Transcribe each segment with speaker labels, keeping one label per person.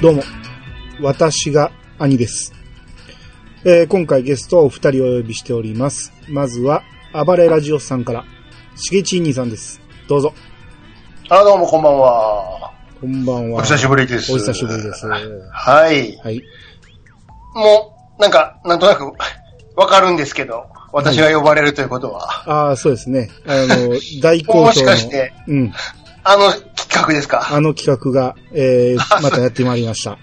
Speaker 1: どうも、私が兄です。えー今回ゲストをお二人お呼びしております。まずは、暴れラジオさんから、しげちいにさんです。どうぞ。
Speaker 2: あ、どうもこんばんは。
Speaker 1: こんばんは。
Speaker 2: お久しぶりです。
Speaker 1: お久しぶりです。は
Speaker 2: はい。
Speaker 1: い。
Speaker 2: もう、なんか、なんとなく、わかるんですけど、私が呼ばれるということは、
Speaker 1: ああ、そうですね。あの、 大好評の。
Speaker 2: もしかして
Speaker 1: うん。
Speaker 2: あの企画ですか。
Speaker 1: あの企画が、えー、
Speaker 2: あ
Speaker 1: またやってまいりました。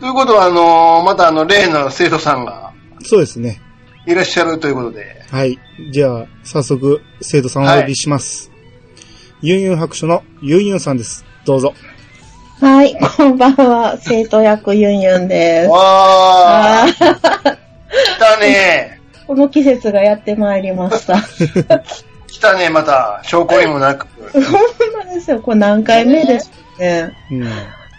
Speaker 2: ということは、あのーまたあの、例の生徒さんが
Speaker 1: そうですね。
Speaker 2: いらっしゃるということで、
Speaker 1: はい。じゃあ、早速、生徒さんをお呼びします。ユンユン白書のユンユンさんです。どうぞ。
Speaker 3: はい、こんばんは。生徒役ユンユンです。
Speaker 2: わ
Speaker 3: あ
Speaker 2: ー、
Speaker 3: ー
Speaker 2: 来たね
Speaker 3: この季節がやってまいりました。
Speaker 2: 来たねまた、証拠にもなく。
Speaker 3: ほんまですよ。これ何回目ですね。
Speaker 1: うん。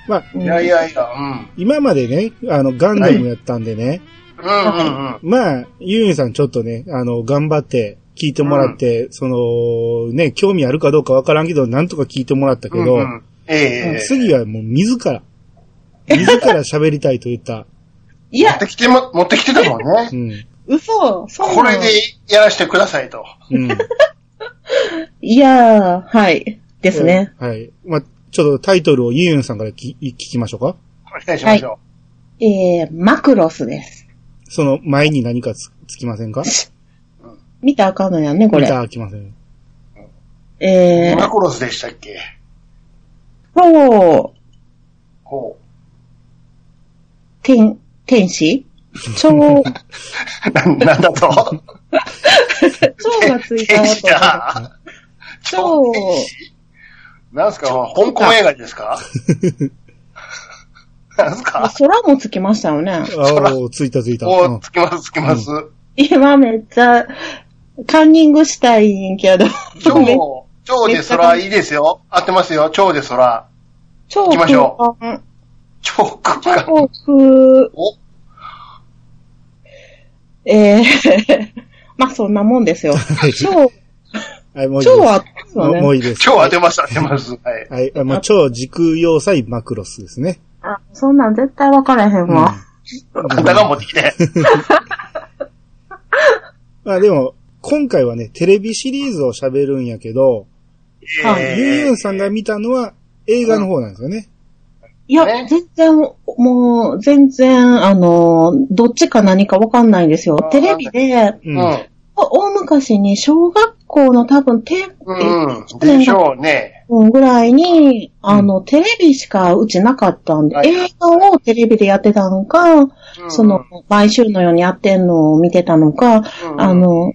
Speaker 1: まあ、
Speaker 3: うん
Speaker 2: いやいやいや、うん。
Speaker 1: 今までね、あの、ガンダムやったんでね、
Speaker 2: うんうんうん。
Speaker 1: まあ、ユンユンさんちょっとね、あの、頑張って聞いてもらって、その、ね、興味あるかどうかわからんけど、なんとか聞いてもらったけど、
Speaker 2: うんうんええ
Speaker 1: 次はもう自ら、自ら喋りたいと言 った、
Speaker 3: い
Speaker 2: 持っ
Speaker 3: や、
Speaker 2: てきても、持ってきてたもんね
Speaker 1: う。ん、
Speaker 3: 嘘。そんな
Speaker 2: これでやらせてくださいと。
Speaker 1: うん。
Speaker 3: いやー、はい。ですね。
Speaker 1: うん。はい。まあ、ちょっとタイトルをユンユンさんからき聞きましょうか。
Speaker 2: お願いしましょ
Speaker 3: えー、マクロスです。
Speaker 1: その前に何かつつきませんか
Speaker 3: 見たらあかんのやんね、こ
Speaker 1: 見
Speaker 3: れ
Speaker 1: た。ら飽きません。
Speaker 2: う。
Speaker 3: え
Speaker 2: マ
Speaker 3: ー、
Speaker 2: クロスでしたっけ
Speaker 3: そう、
Speaker 2: ほう。
Speaker 3: 天、天使 超、
Speaker 2: な、なんだと
Speaker 3: 超がついた
Speaker 2: 天使
Speaker 3: 音。
Speaker 2: だ
Speaker 3: 超、
Speaker 2: なんすか香港映画ですかなんすか
Speaker 3: 空もつきましたよね。
Speaker 1: ああ、ついたついた。う
Speaker 2: お
Speaker 1: ん
Speaker 2: つきます、つきます。
Speaker 3: 今めっちゃ、カンニングしたいんけど。
Speaker 2: 蝶、蝶で空いいですよ。合ってますよ。蝶で空。
Speaker 3: 超
Speaker 2: 行きましょ
Speaker 3: 空間
Speaker 2: 蝶空間。
Speaker 3: 超空
Speaker 2: お、
Speaker 3: えー、 まあそんなもん ですよ。超、
Speaker 1: はい、もういい
Speaker 3: 超
Speaker 1: で
Speaker 3: は、
Speaker 1: す。もうも
Speaker 3: そううね。
Speaker 1: いいです。
Speaker 2: 蝶当てました、当てます。はい。
Speaker 1: はい、あまあ、超時空要塞マクロスですね。
Speaker 3: あ、そんなん絶対分からへんわ。
Speaker 2: あんたが持ってきて。
Speaker 1: まあでも、今回はね、テレビシリーズを喋るんやけど、
Speaker 3: はい
Speaker 2: えー
Speaker 1: ユンユンさんが見たのは映画の方なんですよね。
Speaker 3: いや、
Speaker 2: ね
Speaker 3: 全然、もう、全然、あの、どっちか何か分かんないんですよ
Speaker 2: あ。ー
Speaker 3: テレビで、
Speaker 1: う。
Speaker 2: うんん。
Speaker 3: 大昔に小学校の多分、て、
Speaker 2: うん。でしょうね。
Speaker 3: ぐらいに、あの、テレビしかうちなかったんで、
Speaker 2: はい
Speaker 3: 映画をテレビでやってたのか、
Speaker 2: うん
Speaker 3: その、毎週のようにやってんのを見てたのか、
Speaker 2: うん
Speaker 3: あの、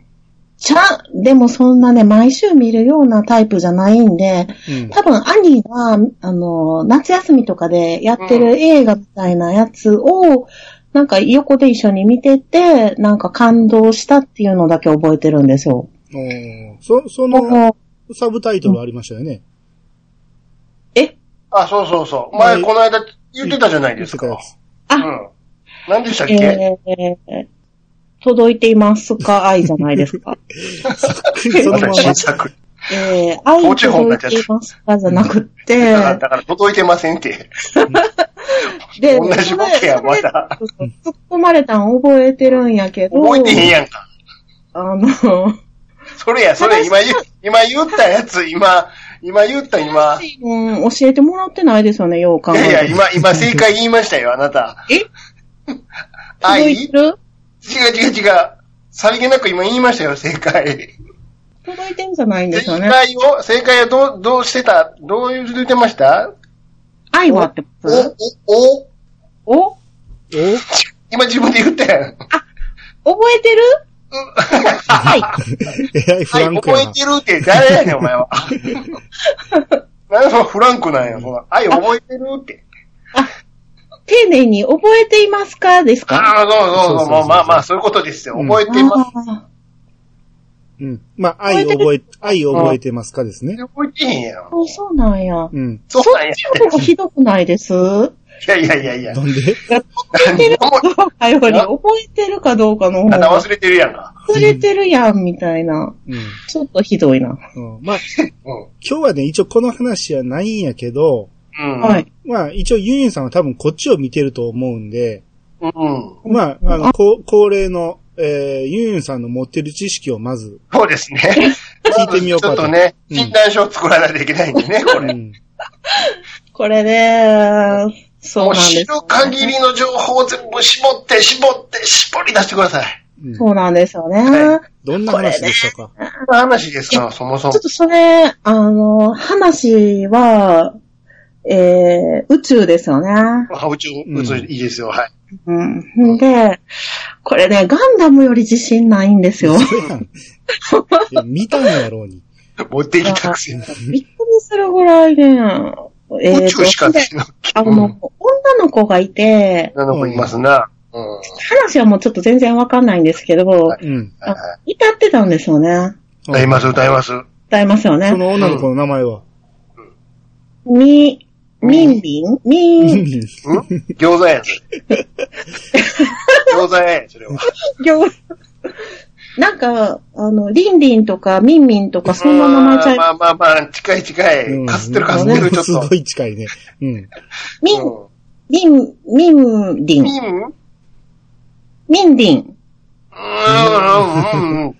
Speaker 3: ちゃ、でもそんなね、毎週見るようなタイプじゃないんで、
Speaker 1: うん。
Speaker 3: 多分兄が、あの、夏休みとかでやってる映画みたいなやつを、なんか横で一緒に見てて、なんか感動したっていうのだけ覚えてるんですよ。
Speaker 1: おーそ、そのサブタイトルありましたよね。
Speaker 3: え
Speaker 2: あ、そうそうそう。前、この間言ってたじゃないですか。
Speaker 1: 言ってたや
Speaker 3: た
Speaker 2: う
Speaker 3: やつ
Speaker 2: ん。何でしたっけ、
Speaker 3: えー、届いていますか愛じゃないですか。
Speaker 1: つそのまま
Speaker 2: 私、 新作。
Speaker 3: えー、愛
Speaker 2: 放置法にな
Speaker 3: 届
Speaker 2: っちゃった
Speaker 3: いていますかじゃなくって
Speaker 2: だ、から、だから届いてませんって。
Speaker 3: で、
Speaker 2: 同じボケやまた
Speaker 3: それ突っ込まれたん覚えてるんやけど、
Speaker 2: 覚えてへんやんか。
Speaker 3: あの、
Speaker 2: それや、それ、
Speaker 3: 私
Speaker 2: 今言う、今言ったやつ、今、今言った、今。
Speaker 3: うん、教えてもらってないですよね、よう考
Speaker 2: い
Speaker 3: え
Speaker 2: やいや、
Speaker 3: て
Speaker 2: 今、今、正解言いましたよ、あなた。
Speaker 3: え
Speaker 2: 愛
Speaker 3: 届
Speaker 2: 違
Speaker 3: いて
Speaker 2: う違
Speaker 3: る
Speaker 2: う違う。さりげなく今言いましたよ、正解。
Speaker 3: 届いてんじゃないんです
Speaker 2: 正
Speaker 3: よね。
Speaker 2: 解を、正解をどう、どうしてたどう言ってました
Speaker 3: 愛はってこ
Speaker 2: お、
Speaker 3: と
Speaker 2: お、お、
Speaker 3: お
Speaker 2: 今自分で言ったやん。
Speaker 3: 覚えてるはい。
Speaker 1: えらいフ
Speaker 2: はい
Speaker 1: ランクや
Speaker 2: 覚え
Speaker 1: な。
Speaker 2: てるって誰やねん、お前は。何そのフランクなんや、その愛覚えてるって。
Speaker 3: 丁寧に覚えていますかですか
Speaker 2: ああ、そうそう
Speaker 1: そうそうそ
Speaker 2: そ
Speaker 1: うそ
Speaker 2: う、も
Speaker 1: う
Speaker 2: うまあまあ、そういうことですよ。
Speaker 1: うん
Speaker 2: 覚えてます。
Speaker 3: あ
Speaker 1: うん。まあ、愛覚え、愛覚えてますかですね。
Speaker 2: 覚えてへんやん。
Speaker 3: ーそうなんや。
Speaker 1: うん。
Speaker 2: そうなんや。
Speaker 3: ちょっとひどくないです覚
Speaker 2: いやいやいやいや
Speaker 1: な。んで
Speaker 3: えてるか
Speaker 2: 何
Speaker 3: どうかより、覚えてるかどうかの方
Speaker 2: ただ
Speaker 3: が
Speaker 2: 忘れてるやんか。
Speaker 3: 忘れてるやん、みたいな。
Speaker 1: う
Speaker 3: ちょっとひどいな。
Speaker 1: ん。うん。まあ、
Speaker 2: うん。
Speaker 1: 今日はね、一応この話はないんやけど、
Speaker 2: うん。
Speaker 3: はい。。
Speaker 1: まあ、一応ユニンさんは多分こっちを見てると思うんで、
Speaker 2: うん。
Speaker 1: まあ、あの、こ恒例の、えー、ユニンさんの持ってる知識をまず
Speaker 2: そうですね。
Speaker 1: 聞いてみよう
Speaker 2: ちょ
Speaker 1: か
Speaker 2: っ
Speaker 1: と。
Speaker 2: とね、
Speaker 1: うん
Speaker 2: 診断書を作らないといけないんでね、こ
Speaker 1: う
Speaker 2: れ。
Speaker 1: ん。
Speaker 3: これね、そう
Speaker 2: も
Speaker 3: な
Speaker 2: うん
Speaker 3: で
Speaker 2: 知
Speaker 3: す
Speaker 2: る。限りの情報を全部絞って、絞って、絞り出してください。
Speaker 1: うん
Speaker 3: そうなんですよね
Speaker 2: は。
Speaker 1: どんな話でしたか
Speaker 2: そんな話ですから、そもそも
Speaker 3: ちょっ。とそれ、あの、話は、えー、宇宙ですよね。
Speaker 2: あ宇宙、
Speaker 1: うん
Speaker 2: 宇宙いいですよ、はい。
Speaker 3: うん。で、これね、ガンダムより自信ないんです よ。
Speaker 1: 嘘やんいや見たんやろうに。
Speaker 2: 持ってきたくせに。
Speaker 3: びっくりするぐらいね、えーと
Speaker 2: 宇宙しかないの。
Speaker 3: あ
Speaker 2: うん
Speaker 3: の、女の子がいて、
Speaker 2: 女の子いますな。うん。は
Speaker 3: 話はもうちょっと全然わかんないんですけど、
Speaker 1: うん。
Speaker 2: いはい
Speaker 3: 歌ってたんですよね。
Speaker 2: 歌います、歌います。
Speaker 3: 歌いますよ
Speaker 1: そ
Speaker 3: ね。
Speaker 1: の女の子の名前は、
Speaker 3: み、みんみんみ
Speaker 1: ミン
Speaker 3: ん、
Speaker 1: ミン。
Speaker 2: ん餃子やん、それ。餃子やん、それは。
Speaker 3: 行なんか、あの、りんりんとかみんみんとか、そんな名前ちゃい、
Speaker 2: まあまあまあ、近い近
Speaker 1: うん
Speaker 2: い。かすってるかすってる、ちょっ
Speaker 1: す
Speaker 2: と
Speaker 1: ご。い近いね。うん。
Speaker 3: みん、
Speaker 2: う
Speaker 3: みん、みんり
Speaker 2: ん。ミ
Speaker 3: ん、
Speaker 2: ンうん、
Speaker 3: みんりん。
Speaker 2: うん、うん。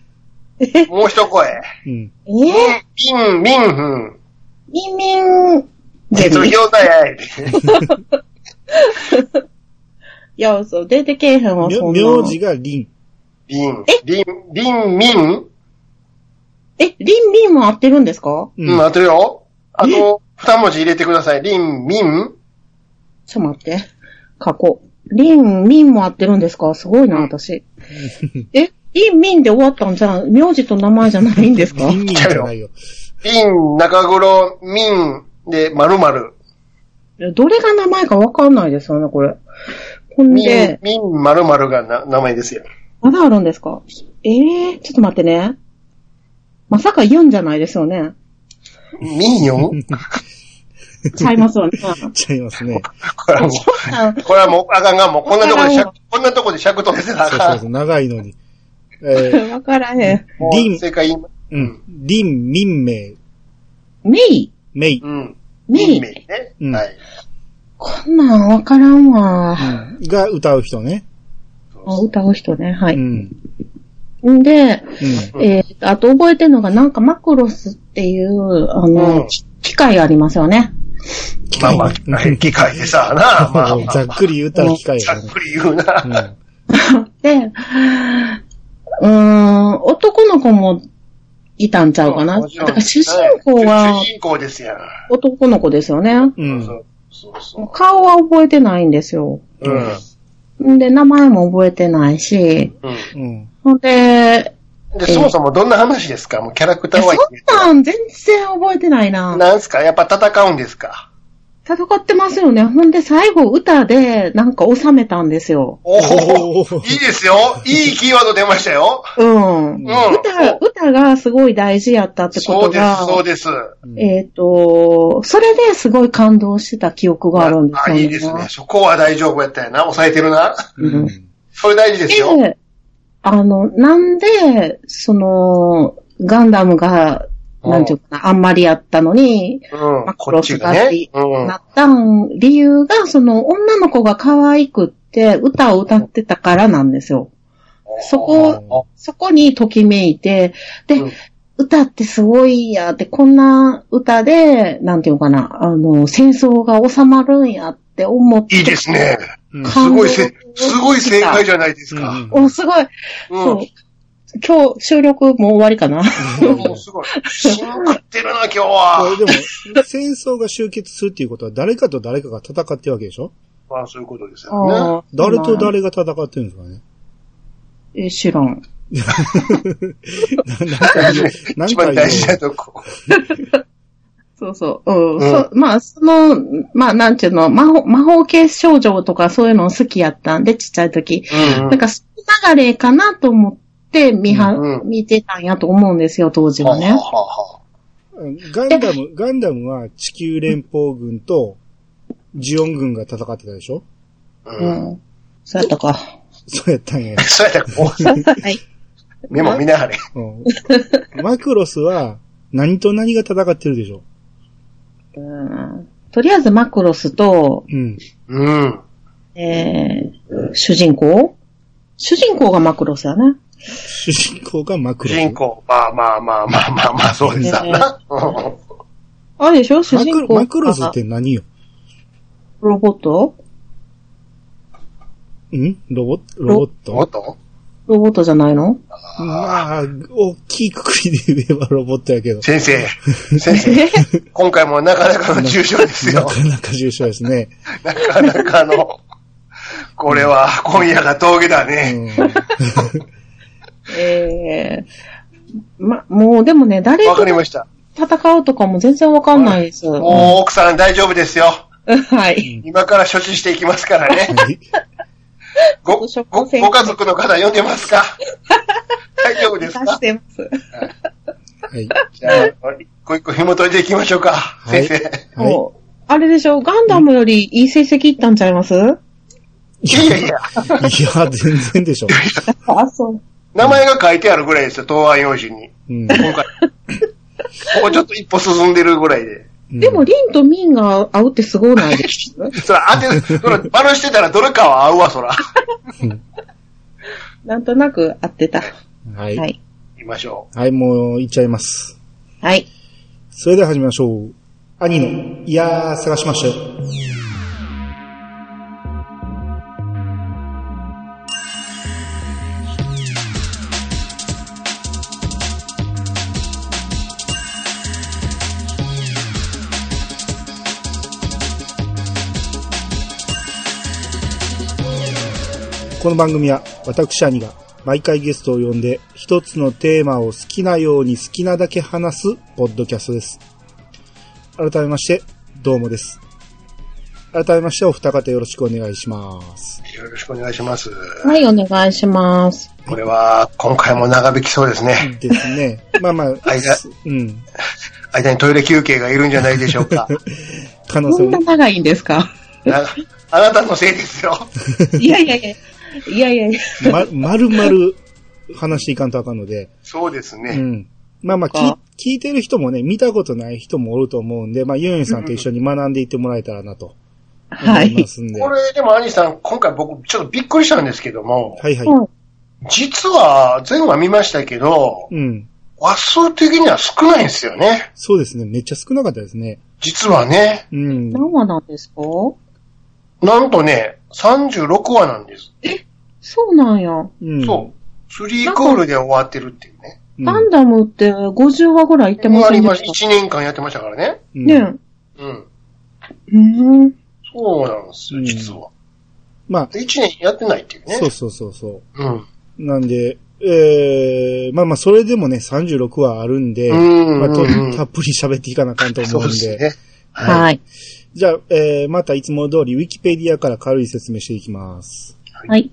Speaker 3: えへ
Speaker 2: もう一声。
Speaker 1: うん。
Speaker 3: えー
Speaker 2: ミン、ミン、うん。
Speaker 3: みんみん、ゼ
Speaker 2: 実は
Speaker 3: ミ。
Speaker 2: 餃子やい。
Speaker 3: いや、そう、出てけえへんわ、
Speaker 1: み
Speaker 3: そ
Speaker 1: ょ
Speaker 3: んな。
Speaker 1: 名字がリン。
Speaker 2: リン、リン、リン、ミン
Speaker 3: え、りんりんも合ってるんですか
Speaker 1: う
Speaker 2: うん、
Speaker 1: ん。
Speaker 2: あとよ。あと、二文字入れてください。リン、ミン。
Speaker 3: ちょっと待って。過去。りん、みんも合ってるんですかすごいな、 私。え、りん、みんで終わったんじゃ、名字と名前じゃないんですか
Speaker 1: リンミンじゃないよ。
Speaker 2: リン、中黒、ミン、で、〇〇。
Speaker 3: どれが名前かわかんないですよね、これ。ほん
Speaker 2: ミン
Speaker 3: で、、
Speaker 2: ミン、〇〇がな名前ですよ。
Speaker 3: まだあるんですかえー、ちょっと待ってね。まさかユンじゃないですよね。
Speaker 2: ミ ンよ
Speaker 3: ちゃいますよね。
Speaker 1: ちゃいますね。
Speaker 2: これはも
Speaker 3: あ
Speaker 2: う、これはもう、あかんが、もう、こんなとこで尺、こんなとこで尺取れてたらあ
Speaker 1: そうそ
Speaker 2: か
Speaker 1: うんそう、長いのに。え
Speaker 3: わからへん。
Speaker 1: ー、リ
Speaker 2: もう
Speaker 1: ン、
Speaker 2: 正解言いま、
Speaker 1: うん。リン、ミンメイ、
Speaker 3: メイ
Speaker 1: メイ。
Speaker 2: うん。
Speaker 3: メ
Speaker 2: リン
Speaker 3: イ
Speaker 2: メイね。
Speaker 1: うん
Speaker 2: はい。
Speaker 3: こんなんわからんわ。
Speaker 1: うんが歌う人ね。
Speaker 3: あ歌う人ね、は
Speaker 1: う
Speaker 3: い。
Speaker 1: ん。
Speaker 3: んで、
Speaker 1: うん。
Speaker 2: うん
Speaker 3: えーとあと覚えてるのが、なんかマクロスっていう、あの、
Speaker 2: うん
Speaker 3: き機械ありますよね。
Speaker 2: まあまあ、機械でさ、な あ、まあ、まあ
Speaker 1: ざっくり言ったら機械
Speaker 2: ざ
Speaker 1: や
Speaker 2: っくり言うな。
Speaker 1: ね。
Speaker 3: で、うーん、男の子もいたんちゃうかな。
Speaker 2: もちろ
Speaker 3: だ
Speaker 2: ん
Speaker 3: から主人公
Speaker 2: 主
Speaker 3: は
Speaker 2: 主人公ですやん。
Speaker 3: 男の子ですよね。
Speaker 1: うん。うん
Speaker 2: そ。うそうそ
Speaker 3: 顔は覚えてないんですよ。
Speaker 2: う。うん。
Speaker 3: んで、名前も覚えてないし。
Speaker 2: うん。
Speaker 1: うん。
Speaker 3: ほんで、
Speaker 2: で、そもそもどんな話ですかもうキャラクタ
Speaker 3: え
Speaker 2: ーは
Speaker 3: そんなん全然覚えてないな。
Speaker 2: なんすかやっぱ戦うんですか
Speaker 3: 戦ってますよね。ほんで最後歌でなんか収めたんですよ。
Speaker 2: お
Speaker 1: お
Speaker 2: おいいですよいいキーワード出ましたよ
Speaker 3: うん。
Speaker 1: うん
Speaker 3: 歌、歌がすごい大事やったってこ
Speaker 2: そ
Speaker 3: と
Speaker 2: うです、
Speaker 3: が、
Speaker 2: そうです。
Speaker 1: うん
Speaker 3: えっ、と、それですごい感動してた記憶があるんですよね。
Speaker 2: いいですね。そこは大丈夫やったよな。抑えてるな。
Speaker 1: うん
Speaker 2: それ大事ですよ。
Speaker 3: で、あの、なんで、その、ガンダムが、なんていうかな、あんまりやったのに、
Speaker 2: うん
Speaker 3: まあ。
Speaker 2: こっちがね。うん。
Speaker 3: なったん、理由が、その、女の子が可愛くって、歌を歌ってたからなんですよ。そこ、そこにときめいて、で、
Speaker 2: うん
Speaker 3: 歌ってすごいやって、こんな歌で、なんていうのかな、あの、戦争が収まるんやって思って。
Speaker 2: いいですね。
Speaker 1: うん
Speaker 3: か
Speaker 2: すごいせ、
Speaker 3: 感動
Speaker 2: すごい正解じゃないですか。
Speaker 1: うん
Speaker 3: お、すごい。
Speaker 2: うん。
Speaker 3: そう。今日、収録もう終わりかな。
Speaker 2: もうすごい。死んかってるな、今日
Speaker 1: これ
Speaker 2: は。
Speaker 1: でも、戦争が終結するっていうことは誰かと誰かが戦ってるわけでしょ
Speaker 2: まあ、そういうことですよね。
Speaker 3: ー
Speaker 1: 誰と誰が戦ってるんですかね
Speaker 3: え、知らん。
Speaker 1: なん
Speaker 2: 一
Speaker 1: か
Speaker 2: 番
Speaker 1: 言う
Speaker 2: 大事なとこ。
Speaker 3: そうそう。うん。
Speaker 2: ん
Speaker 3: そまあ、その、まあ、なんていうの、魔法、魔法系少女とかそういうの好きやったんで、ちっちゃい時。
Speaker 2: うん
Speaker 3: なんか、その流れかなと思って見は、
Speaker 2: うんうん
Speaker 3: 見てたんやと思うんですよ、当時はね。
Speaker 1: ガンダム、ガンダムは地球連邦軍とジオン軍が戦ってたでしょ
Speaker 2: う。
Speaker 3: うんん。そうやったか。
Speaker 1: そうやったんや。
Speaker 2: そうやったら、も
Speaker 3: はい。
Speaker 2: う、メモ見なはれ。
Speaker 1: うん マクロスは何と何が戦ってるでしょ
Speaker 3: うん。とりあえずマクロスと、
Speaker 1: うん。
Speaker 2: うん。
Speaker 3: えー、主人公主人公がマクロスやね。
Speaker 1: 主人公がマク
Speaker 2: 主
Speaker 1: ロス。
Speaker 2: 人公。まあまあまあまあまあまあ、そうですわな。う
Speaker 3: あれでしょ主
Speaker 1: マク
Speaker 3: 人
Speaker 1: ロ
Speaker 3: 公が
Speaker 1: マクロスって何よ
Speaker 3: ロボット
Speaker 1: んロボットロボッ
Speaker 2: ん
Speaker 1: ト
Speaker 2: もっと
Speaker 3: ロボットじゃないの
Speaker 1: まあ、大きいくくりで言えば ロボットやけど。
Speaker 2: 先生、先生、今回もなかなかの重症です
Speaker 1: な
Speaker 2: よ。
Speaker 1: かなか重症ですね。
Speaker 2: なかなかの。これは今夜が峠だ
Speaker 1: う
Speaker 2: ね。
Speaker 1: ん。
Speaker 3: ええま、もうでもね、誰
Speaker 2: わ
Speaker 3: と
Speaker 2: かりました。
Speaker 3: 戦うとかも全然わかんないです。
Speaker 2: もう奥さん大丈夫ですよ。
Speaker 3: はい。
Speaker 2: 今から処置していきますから ね。
Speaker 1: はい
Speaker 2: ご、ご、ご家族の方呼んでます か大丈夫です
Speaker 3: 出し
Speaker 2: か
Speaker 3: てます。
Speaker 1: はい。
Speaker 2: じゃあ、一個一個紐解いていきましょうか。
Speaker 1: い
Speaker 2: 先生。
Speaker 1: は
Speaker 3: もうあれでしょガンダムよりいい成績いったんちゃいます、
Speaker 2: いやいやい
Speaker 1: い。
Speaker 2: や、
Speaker 1: いや、全然 でしょ。
Speaker 3: あ、そう。
Speaker 2: 名前が書いてあるぐらいですよ、東安用紙に。
Speaker 1: うん。
Speaker 2: 今回。もうちょっと一歩進んでるぐらいで。
Speaker 3: でも、リンとミンが合うってすごいない です。
Speaker 2: そら、当て、そら、バルしてたらどれかは合うわ、そら。
Speaker 3: なんとなく合ってた。は。
Speaker 1: はい。
Speaker 3: はいい。
Speaker 2: 言いましょ
Speaker 1: はい、もう、いっちゃいます。
Speaker 3: はい。
Speaker 1: それでは始めましょう。兄の、いやー、探しましたよ。この番組は、私兄が、毎回ゲストを呼んで、一つのテーマを好きなように好きなだけ話す、ポッドキャストです。改めまして、どうもです。改めまして、お二方よろしくお願いします。
Speaker 2: う。よろしくお願いします。
Speaker 3: はい、お願いします。
Speaker 2: これは、今回も長引きそうですね。
Speaker 1: ですね。 まあまあ、
Speaker 2: いじゃあ
Speaker 1: すうん。
Speaker 2: 間にトイレ休憩がいるんじゃないでしょ うか。
Speaker 1: 可能
Speaker 3: こ
Speaker 1: 性
Speaker 3: んな
Speaker 1: も。
Speaker 3: 長いんですか
Speaker 2: なあなたのせいですよ。
Speaker 3: いやいやいや。いやいやいや。
Speaker 1: ま、まるまる話していかんとあかんので。
Speaker 2: そうです
Speaker 1: う
Speaker 2: ね。
Speaker 1: ん。まあまあ、
Speaker 3: か
Speaker 1: き聞いてる人もね、見たことない人もおると思うんで、まあ、ユンユンさんと一緒に学んでいってもらえたらなと思
Speaker 3: はい
Speaker 1: ま
Speaker 3: い。
Speaker 1: すんで。
Speaker 2: こ
Speaker 1: は
Speaker 2: れ、でも、兄さん、今回僕、ちょっとびっくりしたんですけども、
Speaker 1: いはい。
Speaker 3: は
Speaker 2: 実は、前話見ましたけど、
Speaker 1: うん。
Speaker 2: 話数的には少ないんですよね。
Speaker 1: そうですね。めっちゃ少なかったですね。
Speaker 2: 実はね、
Speaker 1: うん。
Speaker 3: 何話なんですか
Speaker 2: なんとね、36話なんです。
Speaker 3: そうなんや。
Speaker 1: うん。
Speaker 2: そう。3クールで終わってるっていうね。
Speaker 1: うん。
Speaker 3: ガンダムって50話ぐらいいって
Speaker 2: 終
Speaker 3: ま
Speaker 2: わ
Speaker 3: せ
Speaker 2: り
Speaker 3: んで
Speaker 2: まし
Speaker 3: し
Speaker 2: 1
Speaker 3: た
Speaker 2: 年間やってましたからね。
Speaker 1: うん
Speaker 3: ねえ。
Speaker 2: うん。
Speaker 3: うん。
Speaker 2: そうなんです
Speaker 1: う
Speaker 2: よ、
Speaker 1: ん
Speaker 2: 実は。
Speaker 1: まあ、
Speaker 2: で、1年やってないっていうね。。
Speaker 1: そうそうそうそう
Speaker 2: うん。
Speaker 1: う。なんで、えー、まあまあ、それでもね、36はあるんで、
Speaker 2: うん
Speaker 1: まあ、と
Speaker 2: うん
Speaker 1: たっぷり喋っていかなあかんと思
Speaker 2: そう
Speaker 1: うん
Speaker 2: で。
Speaker 1: です
Speaker 2: ね。は
Speaker 3: はい。
Speaker 1: じゃあ、えー、またいつも通り、ウィキペディアから軽い説明していきます。
Speaker 3: はい。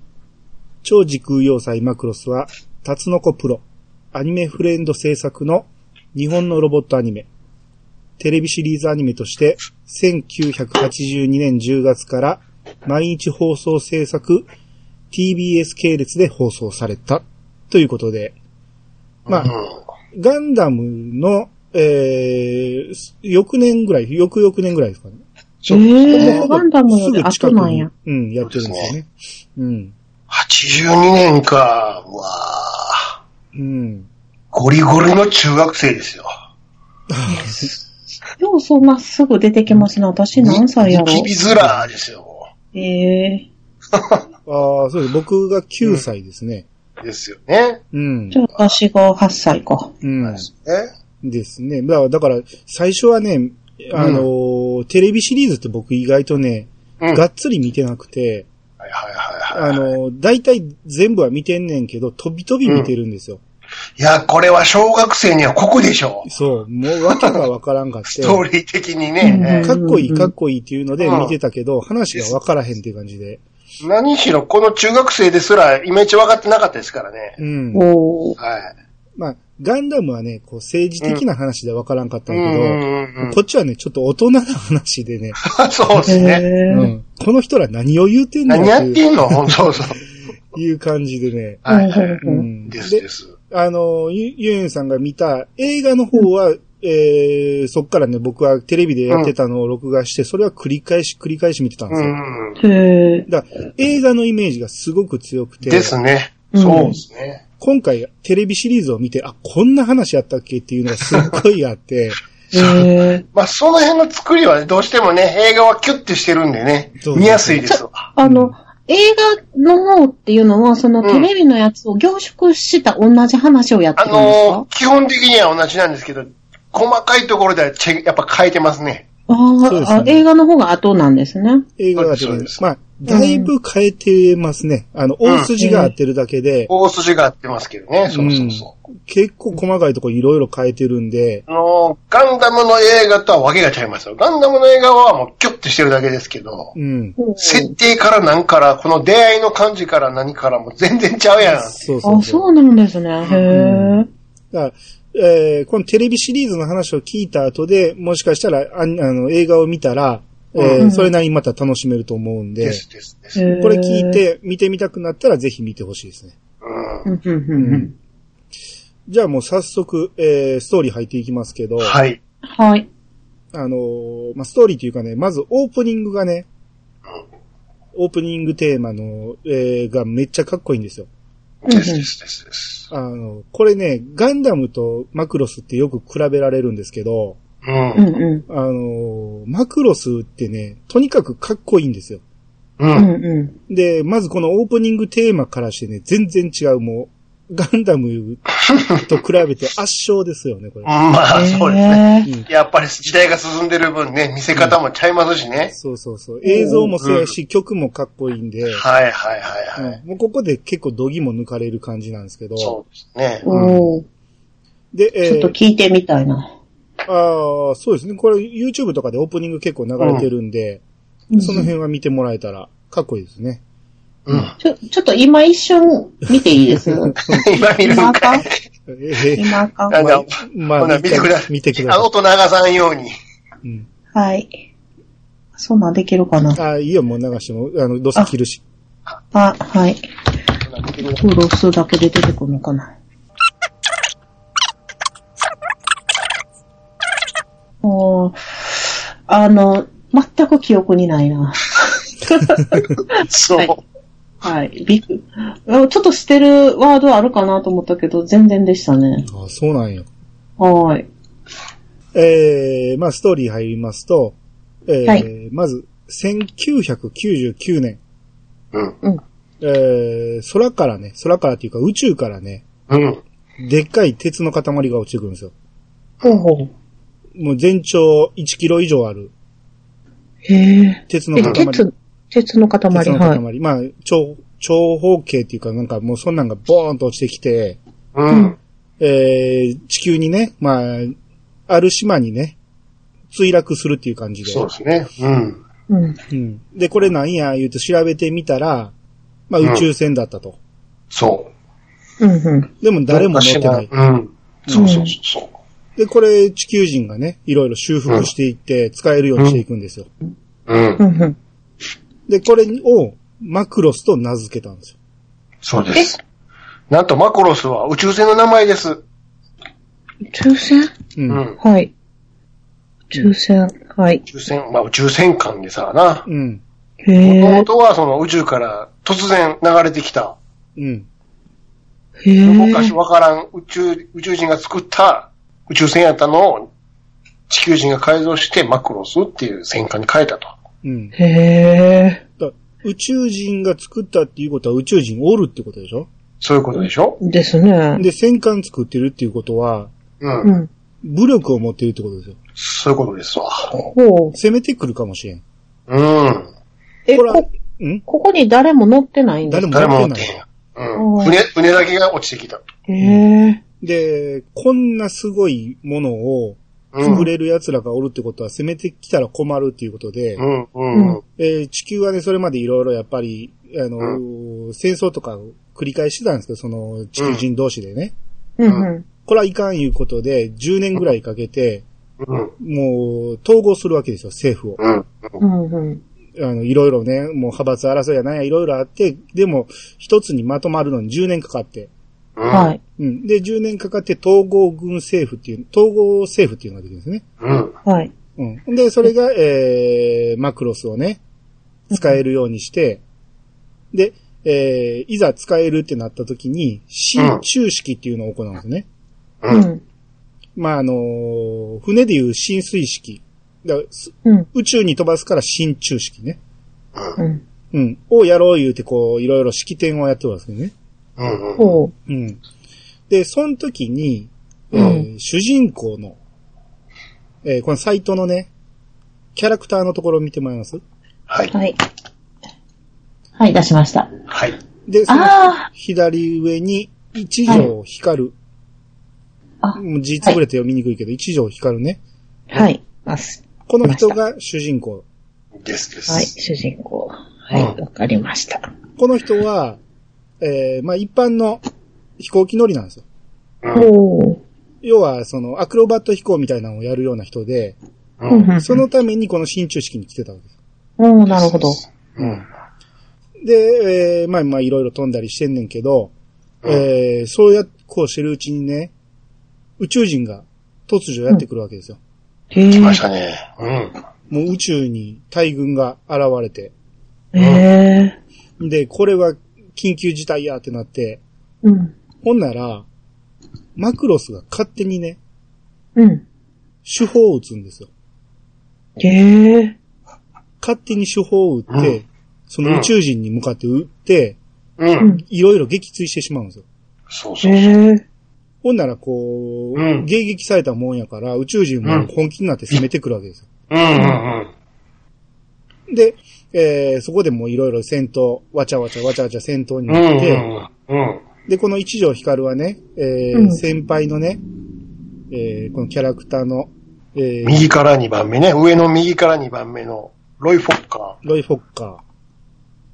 Speaker 1: 超時空要塞マクロスは、タツノコプロ、アニメフレンド制作の日本のロボットアニメ。テレビシリーズアニメとして、1982年10月から毎日放送制作 TBS 系列で放送されたということで、まあ
Speaker 2: い。う、ん。
Speaker 1: ガンダムの、えー、翌年ぐらい、翌々年ぐらいですかね。
Speaker 2: そうです
Speaker 3: え
Speaker 2: ね
Speaker 3: ー。ガンダムよ
Speaker 1: す
Speaker 3: り
Speaker 1: ぐ近
Speaker 3: 後
Speaker 1: く
Speaker 3: なん
Speaker 1: に
Speaker 3: や。、
Speaker 1: うん、やってるんですよね。うん。
Speaker 2: 82年か。うわ
Speaker 1: うん。
Speaker 2: ーゴリゴリの中学生ですよ。
Speaker 3: ようそんなすぐ出てきますね。私何歳やろ
Speaker 2: ニキビズラーですよ。
Speaker 3: ええ
Speaker 1: ああ、そうです。僕が9歳ですね。
Speaker 2: ですよね。
Speaker 1: うん
Speaker 3: じ。ゃあ私が8歳か。
Speaker 1: うん。
Speaker 2: え
Speaker 1: ですね。だから、だから最初はね、あのーテレビシリーズって僕意外とね、
Speaker 2: うん。
Speaker 1: がっつり見てなくて、
Speaker 2: はいはいはいはい。
Speaker 1: あのー、大体全部は見てんねんけど、飛び飛び見てるんですよ。
Speaker 2: いや、これは小学生には酷でしょう。
Speaker 1: そう、もう訳がわからんかっ
Speaker 2: ス
Speaker 1: て。
Speaker 2: トーリー的に
Speaker 3: うん
Speaker 2: ね。
Speaker 1: かっこい
Speaker 3: うん
Speaker 1: いかっこいいっていうので見てたけど、話がわからへんっていう感じで。
Speaker 2: 何しろこの中学生ですら、いまいち分かってなかったですからね。
Speaker 1: うん。
Speaker 3: おー
Speaker 2: はい。
Speaker 1: まあ、ガンダムはね、こう政治的な話でわからんかった
Speaker 2: うん
Speaker 1: やけ
Speaker 2: んうんう
Speaker 1: ど、
Speaker 2: ん
Speaker 1: こっちはね、ちょっと大人な話でね、
Speaker 2: そうで
Speaker 3: へ
Speaker 2: すね。
Speaker 1: う
Speaker 3: え
Speaker 1: ん、この人ら何を言うてんの
Speaker 2: 何やっ
Speaker 1: って
Speaker 2: んの本当そう。
Speaker 1: いう感じでね。
Speaker 2: はい。
Speaker 1: うん、
Speaker 2: ですで。
Speaker 1: ですあの、ゆゆえんさんが見た映画の方は、えー、そっからね、僕はテレビでやってたのを録画して、それは繰り返し繰り返し見てたんですよ。
Speaker 2: うん。
Speaker 3: へえ。
Speaker 1: だから映画のイメージがすごく強くて、
Speaker 2: ですね。
Speaker 3: うん
Speaker 2: そうですね。
Speaker 1: 今回テレビシリーズを見て、あ、こんな話やったっけっていうのがすっごいあ って、
Speaker 3: へえ。
Speaker 2: まあ、その辺の作りはねどうしてもね、映画はキュッてしてるんでね
Speaker 1: そう、
Speaker 2: 見やすいですわ。
Speaker 3: あの、映画の方っていうのは、その
Speaker 2: うん
Speaker 3: テレビのやつを凝縮した同じ話をやって
Speaker 2: あ
Speaker 3: るんですか
Speaker 2: の、基本的には同じなんですけど、細かいところではチェやっぱ変えてますね。
Speaker 3: あ
Speaker 1: そうです
Speaker 3: ー
Speaker 1: ね
Speaker 3: あ、映画の方が後なんですね。
Speaker 1: 映画が出て
Speaker 2: そう
Speaker 1: る
Speaker 2: で。す
Speaker 1: まあ、だいぶ変えてますね。あの、大筋が合ってるだけで、
Speaker 2: 大筋があってますけどね、そうそうそう。
Speaker 1: 結構細かいとこいろいろ変えてるんで、
Speaker 2: あの、ガンダムの映画とはわけがちゃいますよ。ガンダムの映画はもうキュッてしてるだけですけど、
Speaker 1: うん。
Speaker 2: 設定から何から、この出会いの感じから何からも全然ちゃうやん。
Speaker 1: そうそ
Speaker 3: あ、
Speaker 1: うそう。
Speaker 3: そうなんですね。へえ。
Speaker 1: だからえーこのテレビシリーズの話を聞いた後で、もしかしたら、ああの、映画を見たら、えー
Speaker 3: うん
Speaker 1: それなりにまた楽しめると思うんで
Speaker 2: で、すですです。
Speaker 3: へー
Speaker 1: これ聞い。て、見てみたくなったらぜひ見てほしいですね。
Speaker 2: うん
Speaker 3: うんうんうんうん
Speaker 1: じゃあもう早速、えーストーリー入っていきますけど、
Speaker 2: はい。
Speaker 3: はい。
Speaker 1: あのーまあ、ストーリーというかね、まずオープニングがね、オープニングテーマの、えーがめっちゃかっこいいんですよ。
Speaker 3: うん
Speaker 2: ですですですです。
Speaker 1: あの、これね、ガンダムとマクロスってよく比べられるんですけど、
Speaker 2: う
Speaker 3: う
Speaker 2: ん。
Speaker 3: んう。
Speaker 1: あの、マクロスってね、とにかくかっこいいんですよ。
Speaker 2: うん。
Speaker 3: うんんうん。
Speaker 1: で、まずこのオープニングテーマからしてね、全然違う、もう、ガンダムと比べて圧勝ですよね、これ。
Speaker 2: まあ、そうですね。
Speaker 3: ね。
Speaker 1: うん
Speaker 2: やっぱり時代が進んでる分ね、見せ方もちゃいますしね。
Speaker 1: そうそうそう。映像もそうやし、曲もかっこいいんで、
Speaker 2: はいはいはいはい。
Speaker 1: うんもうここで結構度肝抜かれる感じなんですけど、
Speaker 2: そうですね。
Speaker 3: おー
Speaker 1: で、
Speaker 3: ちょっ
Speaker 1: え
Speaker 3: と
Speaker 1: ー、
Speaker 3: 聞いてみたいな。
Speaker 1: あーそうですね、これ YouTube とかでオープニング結構流れてるんで、その辺は見てもらえたら、かっこいいですね。
Speaker 2: うん。
Speaker 3: ちょ、ちょっと今一瞬見ていいで す
Speaker 2: 今見る
Speaker 3: 今
Speaker 2: ん
Speaker 3: あ
Speaker 2: か
Speaker 3: か
Speaker 2: い
Speaker 3: ん。
Speaker 1: えー
Speaker 3: 今あかん
Speaker 2: あの、
Speaker 1: ま
Speaker 2: ほな見てください。
Speaker 1: 見てくだ
Speaker 2: あの
Speaker 1: さ
Speaker 2: 音流さんよう
Speaker 1: い。
Speaker 2: に。
Speaker 1: うん
Speaker 3: はい。そんなんできるかな
Speaker 1: あ、いいよ、もう流しても、あの、どうせ切るし。
Speaker 3: あ、はい。
Speaker 2: ほな見てください
Speaker 3: クロスだけで出てくるのかな。おーあの、全く記憶にない な。
Speaker 2: そう。
Speaker 3: はい。びっくちょっとしてるワードあるかなと思ったけど、全然でしたね。
Speaker 1: あそうなんよ。
Speaker 3: はーい。
Speaker 1: えー、まあ、ストーリー入りますと、えー
Speaker 3: はい
Speaker 1: まず、1999年、
Speaker 2: うん。
Speaker 1: えー、空からね、空からっていうか宇宙からね、
Speaker 2: うん。
Speaker 1: でっかい鉄の塊が落ちてくるんですよ。
Speaker 3: ほうほう。
Speaker 1: もう全長1キロ以上ある
Speaker 3: へえ。
Speaker 1: 鉄の
Speaker 3: え
Speaker 1: 塊。
Speaker 3: 鉄、鉄の塊、
Speaker 1: 鉄の塊。
Speaker 3: はい。
Speaker 1: まあ、長、長方形っていうか、なんかもうそんなんがボーンと落ちてきて、
Speaker 2: うん。
Speaker 1: えー、地球にね、まあ、ある島にね、墜落するっていう感じで。
Speaker 2: そうですね。うん。
Speaker 3: うん。
Speaker 1: うん。で、これなんや言うと調べてみたら、まあ
Speaker 2: うん
Speaker 1: 宇宙船だったと。
Speaker 2: そう。
Speaker 3: うん、うん。
Speaker 1: でも誰も乗ってない。
Speaker 2: うん。そうそうそうそう。
Speaker 1: で、これ地球人がね、いろいろ修復していって使えるようにしていくんですよ。
Speaker 2: うん
Speaker 3: う。ん、うん。
Speaker 1: で、これをマクロスと名付けたんですよ。
Speaker 2: そうです。なんとマクロスは宇宙船の名前です。
Speaker 3: 宇宙船
Speaker 1: う。
Speaker 2: うんん。
Speaker 3: はい。宇宙船、はい
Speaker 2: 宇。宙船、まあ宇宙船艦でさな。
Speaker 1: うん。
Speaker 3: へえ
Speaker 2: も。とはその宇宙から突然流れてきた、
Speaker 1: うん。
Speaker 3: へえ。
Speaker 2: 昔わからん宇宙、宇宙人が作った宇宙船やったのを地球人が改造してマクロスっていう戦艦に変えたと。
Speaker 1: うん。だ
Speaker 3: へえ。
Speaker 1: から宇宙人が作ったっていうことは宇宙人おるってことでしょ
Speaker 2: そういうことでしょ
Speaker 3: ですね。
Speaker 1: で、戦艦作ってるっていうことは、
Speaker 2: うん。
Speaker 3: うん。
Speaker 1: 武力を持ってるってことですよ。
Speaker 2: そういうことですわ。
Speaker 3: ほう。
Speaker 1: 攻めてくるかもしれん。
Speaker 2: うん。
Speaker 3: え、
Speaker 1: これは
Speaker 3: こ、
Speaker 1: ん
Speaker 3: ここに誰も乗ってないんです
Speaker 1: 誰
Speaker 3: か
Speaker 1: も
Speaker 2: 誰
Speaker 1: 持っ
Speaker 2: も持って
Speaker 1: て
Speaker 2: へん
Speaker 1: ない。
Speaker 2: うん。
Speaker 3: おー
Speaker 2: 船、船だけが落ちてきた。
Speaker 3: へえ。
Speaker 1: で、こんなすごいものを
Speaker 2: うん。
Speaker 1: 作れる奴らがおるってことは攻めてきたら困るっていうことで、
Speaker 2: うん、うん、うん。
Speaker 1: えー地球はね、それまでいろいろやっぱり、あのー戦争とかを繰り返してたんですけど、その地球人同士でね。
Speaker 3: うんうん。
Speaker 1: これはいかんいうことで、10年ぐらいかけて、
Speaker 2: うん、
Speaker 1: もう統合するわけですよ、政府を。
Speaker 2: うん。
Speaker 3: うんうん。
Speaker 1: あの、いろいろね、もう派閥争いやなんやいろいろあって、でも、一つにまとまるのに10年かかって、
Speaker 2: うん
Speaker 3: はい。。
Speaker 1: うん。で、10年かかって統合軍政府っていう、統合政府っていうのができるんですね。
Speaker 2: うん。
Speaker 3: はい。
Speaker 1: うん。で、それが、えー、マクロスをね、使えるようにして、で、えー、いざ使えるってなった時に、新中式っていうのを行うんですね。
Speaker 2: う。
Speaker 3: うんん。
Speaker 1: まあ、あのー船でいう浸水式。だからす
Speaker 3: うん。
Speaker 1: 宇宙に飛ばすから新中式ね。
Speaker 3: うん。
Speaker 1: うん。をやろう言うて、こう、いろいろ式典をやってますよね。
Speaker 2: うん。うん。
Speaker 3: ほ。。
Speaker 1: うん。で、その時に、えー主人公の、えーこのサイトのね、キャラクターのところを見てもらいます
Speaker 2: はいう
Speaker 3: はい。はい、出しました。
Speaker 2: はい。
Speaker 1: で、その
Speaker 3: あ
Speaker 1: 左上に、一条光る。
Speaker 3: あ
Speaker 1: もう字潰れて読みにくいけど、一条光るね。
Speaker 3: あ、はい。ます。
Speaker 1: この人が主人公。
Speaker 2: ですです。
Speaker 3: はい、主人公。はい、わかりました。
Speaker 1: この人は、えーまあ一般の飛行機乗りなんですよ。
Speaker 2: うん。
Speaker 3: おー。
Speaker 1: 要は、その、アクロバット飛行みたいなのをやるような人で、
Speaker 2: う
Speaker 3: うん
Speaker 2: ん。
Speaker 1: そのためにこの新中式に来てたわけです。
Speaker 3: おー、なるほど。
Speaker 2: うん。
Speaker 1: で、えーまあまあいろいろ飛んだりしてんねんけど、
Speaker 2: うん
Speaker 1: えーそうや、こうしてるうちにね、宇宙人が突如やってくるわけですよ。
Speaker 3: へえ
Speaker 2: 来ましたね。うん。
Speaker 1: もう宇宙に大軍が現れて、
Speaker 3: へえ
Speaker 1: で、これは緊急事態やってなって、
Speaker 3: うん。
Speaker 1: ほんなら、マクロスが勝手にね、
Speaker 3: うん。
Speaker 1: 手法を打つんですよ。
Speaker 3: へえ
Speaker 1: 勝手に手法を打って、
Speaker 2: うん
Speaker 1: その宇宙人に向かって撃って、
Speaker 2: う。
Speaker 3: うんん。
Speaker 1: いろいろ撃墜してしまうんですよ。
Speaker 2: そう
Speaker 3: へ
Speaker 2: そうそう。
Speaker 3: え
Speaker 1: ほんならこう、
Speaker 2: うん
Speaker 1: 迎撃されたもんやから、宇宙人も本気になって攻めてくるわけですよ。
Speaker 2: うんうんうん。
Speaker 1: で、えーそこでもういろいろ戦闘、わちゃわちゃわちゃわちゃ戦闘に
Speaker 2: うん
Speaker 1: なっ
Speaker 2: う
Speaker 1: て、
Speaker 2: んうん。
Speaker 1: で、この一条光はね、えー
Speaker 3: うん
Speaker 1: 先輩のね、えーこのキャラクターの、えー
Speaker 2: 右から2番目ね。上の右から2番目のロイ・フォッカ
Speaker 1: ロイ・フォッカ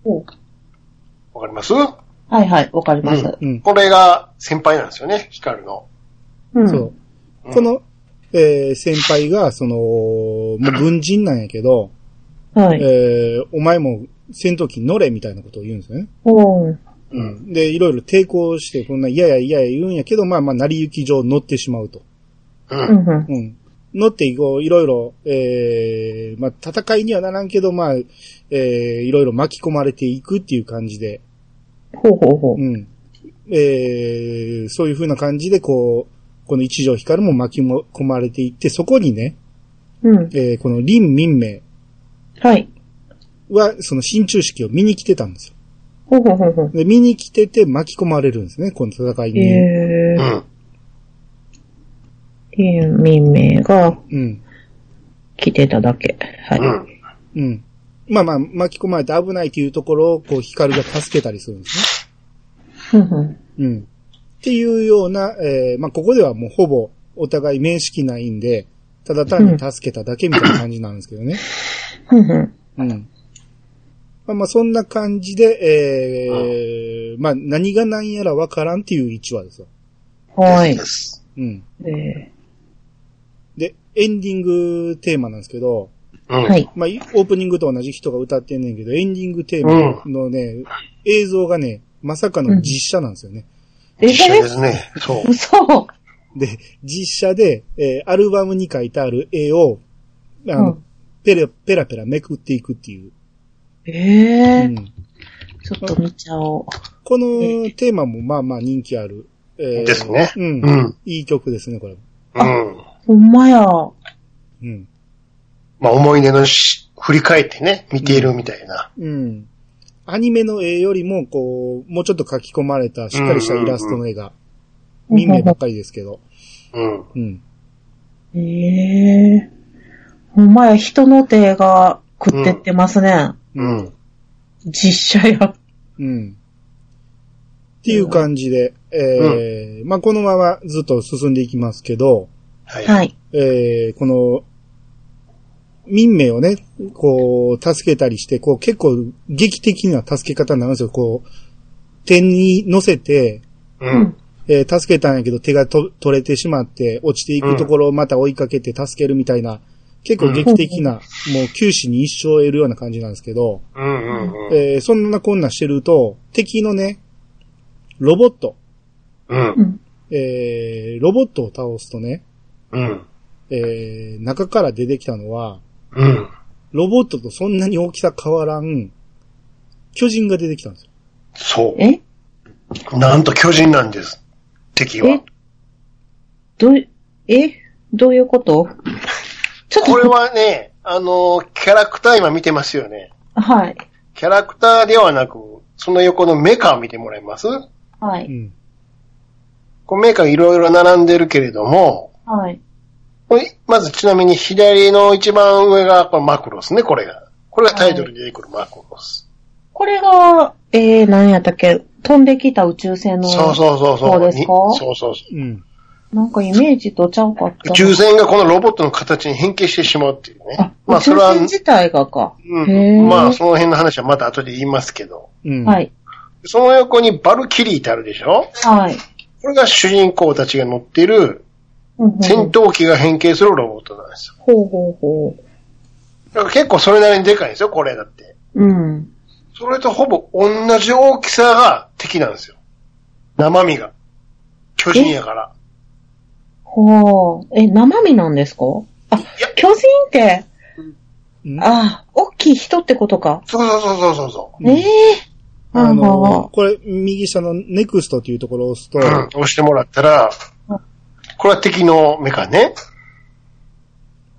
Speaker 3: お
Speaker 2: ー。わかります
Speaker 3: はいはい、わかります。
Speaker 1: ー。うん。
Speaker 2: これが先輩なんですよね、ヒカルの。
Speaker 3: うん。
Speaker 1: そう。
Speaker 2: うん
Speaker 1: この、えー先輩が、その、もう軍人なんやけど、
Speaker 3: はい。
Speaker 1: えーお前も戦闘機に乗れみたいなことを言うんですよね。
Speaker 3: おー。
Speaker 2: うん。
Speaker 1: で、いろいろ抵抗して、こんな嫌や嫌や言うんやけど、まあまあ、成り行き上乗ってしまうと。
Speaker 2: う。
Speaker 3: うんんうん。
Speaker 1: うん。乗っていこう、いろいろ、えーまあ、戦いにはならんけど、まあ、えーいろいろ巻き込まれていくっていう感じで、
Speaker 3: ほうほうほう
Speaker 1: う。ん。えーそういう風な感じで、こう、この一条光も巻き込まれていって、そこにね、
Speaker 3: うん。
Speaker 1: えーこの林民明
Speaker 3: はい。
Speaker 1: は、その新中式を見に来てたんですよ。
Speaker 3: ほうほうほうほう。
Speaker 1: で、見に来てて巻き込まれるんですね、この戦い
Speaker 3: へ
Speaker 1: に。
Speaker 2: う
Speaker 3: え
Speaker 2: ん。
Speaker 3: っていう民名が
Speaker 1: うん。
Speaker 3: 来てただけ。はい。
Speaker 2: うん。
Speaker 1: うん。まあまあ、巻き込まれて危ないというところを、こう、光が助けたりするんですね。
Speaker 3: うんうん。
Speaker 1: うん。っていうような、えーまあ、ここではもうほぼお互い面識ないんで、ただ単に助けただけみたいな感じなんですけどね。
Speaker 3: うんうん。
Speaker 1: うん。まあまあ、そんな感じで、えーまあ、何が何やらわからんっていう1話ですよ。
Speaker 3: はい
Speaker 2: で。す
Speaker 1: うん。
Speaker 3: え
Speaker 1: で、エンディングテーマなんですけど、
Speaker 2: うん。
Speaker 3: ーは。い。
Speaker 1: まあ、オープニングと同じ人が歌ってんねんけど、エンディングテーマのね、映像がね、まさかの実写なんですよね。
Speaker 3: え
Speaker 2: 一緒ですね。そう。
Speaker 3: 嘘
Speaker 1: で、実写で、えーアルバムに書いてある絵を、あの、
Speaker 3: うん
Speaker 1: ペラ、ペラペラめくっていくっていう。う
Speaker 3: えー
Speaker 1: ん
Speaker 3: ちょっと見ちゃお
Speaker 1: このテーマもまあまあ人気ある。えー
Speaker 2: ですね
Speaker 1: うん。
Speaker 2: うん。
Speaker 1: いい曲ですね、これ。
Speaker 2: うん。
Speaker 3: う。ほんまや。
Speaker 1: うん。
Speaker 2: まあ、思い出のし、振り返ってね、見ているみたいな。
Speaker 1: うん。アニメの絵よりも、こう、もうちょっと書き込まれた、しっかりしたイラストの絵が、
Speaker 3: うんうんうん
Speaker 1: 民名ばっかりですけど。
Speaker 2: うん。
Speaker 1: うん。
Speaker 3: ええー。ほんまや、人の手が食ってってますね。
Speaker 2: うん。
Speaker 3: 実写や。
Speaker 1: うん。っていう感じで、えーまあこのままずっと進んでいきますけど、
Speaker 2: はい。
Speaker 3: はい。
Speaker 1: えーこの、民名をね、こう、助けたりして、こう、結構劇的な助け方になるんですよ。こう、点に乗せて、
Speaker 2: うん。
Speaker 1: えー助けたんやけど手がと取れてしまって、落ちていくところをまた追いかけて助けるみたいな、結構劇的な、もう九死に一生を得るような感じなんですけど、
Speaker 2: うんうんうん。
Speaker 1: えーそんなこんなしてると、敵のね、ロボット、
Speaker 2: うん
Speaker 3: う。ん。
Speaker 1: えー、ロボットを倒すとね、
Speaker 2: うん。
Speaker 1: えー、中から出てきたのは、
Speaker 2: うん。
Speaker 1: ロボットとそんなに大きさ変わらん、巨人が出てきたんですよ。
Speaker 2: そ
Speaker 3: え
Speaker 2: う。なんと巨人なんです。敵は
Speaker 3: え。どう、えどういうことちょっと、
Speaker 2: これはね、あのーキャラクター今見てますよね。
Speaker 3: はい。
Speaker 2: キャラクターではなく、その横のメカを見てもらえます
Speaker 3: は
Speaker 1: う
Speaker 3: い。
Speaker 1: ん。
Speaker 2: こうメーカーいろいろ並んでるけれども、
Speaker 3: はい。
Speaker 2: これまずちなみに左の一番上がこれマクロスね、これが。これがタイトルに出てくるマクロス。
Speaker 3: これが、えー、何やったっけ飛んできた宇宙船の。
Speaker 2: そうそうそうそう。
Speaker 3: そうですか
Speaker 2: にそうそうそう
Speaker 1: うん。
Speaker 3: なんかイメージとちゃうかった。
Speaker 2: 宇宙船がこのロボットの形に変形してしまうっていうね
Speaker 3: あ。、
Speaker 2: まあ
Speaker 3: 宇
Speaker 2: そ
Speaker 3: 宙
Speaker 2: れは、
Speaker 3: 船自体がか。
Speaker 2: う
Speaker 3: へ
Speaker 2: ん、
Speaker 3: ー
Speaker 2: まあその辺の話はまた後で言いますけど。
Speaker 1: うん。
Speaker 3: はい。
Speaker 2: その横にバルキリーってあるでしょ
Speaker 3: はい。
Speaker 2: これが主人公たちが乗ってる
Speaker 3: うんうん
Speaker 2: 戦闘機が変形するロボットなんですよ。
Speaker 3: ほうほうほ
Speaker 2: だから結構それなりにでかいんですよ、これだって。
Speaker 3: う。うん。
Speaker 2: それとほぼ同じ大きさが敵なんですよ。生身が。巨人やから。
Speaker 3: ほう。え、生身なんですかあ
Speaker 2: いや、
Speaker 3: 巨人って、
Speaker 1: うん
Speaker 3: ああ、大きい人ってことか。
Speaker 2: そうそうそうそうそう
Speaker 1: うん
Speaker 3: ええー。
Speaker 1: あ
Speaker 3: はあは
Speaker 1: の
Speaker 3: あ
Speaker 1: ーこれ、右下のネクストっていうところを押すと、
Speaker 2: そう。うん。押してもらったら
Speaker 3: うん、
Speaker 2: これは敵のメカね。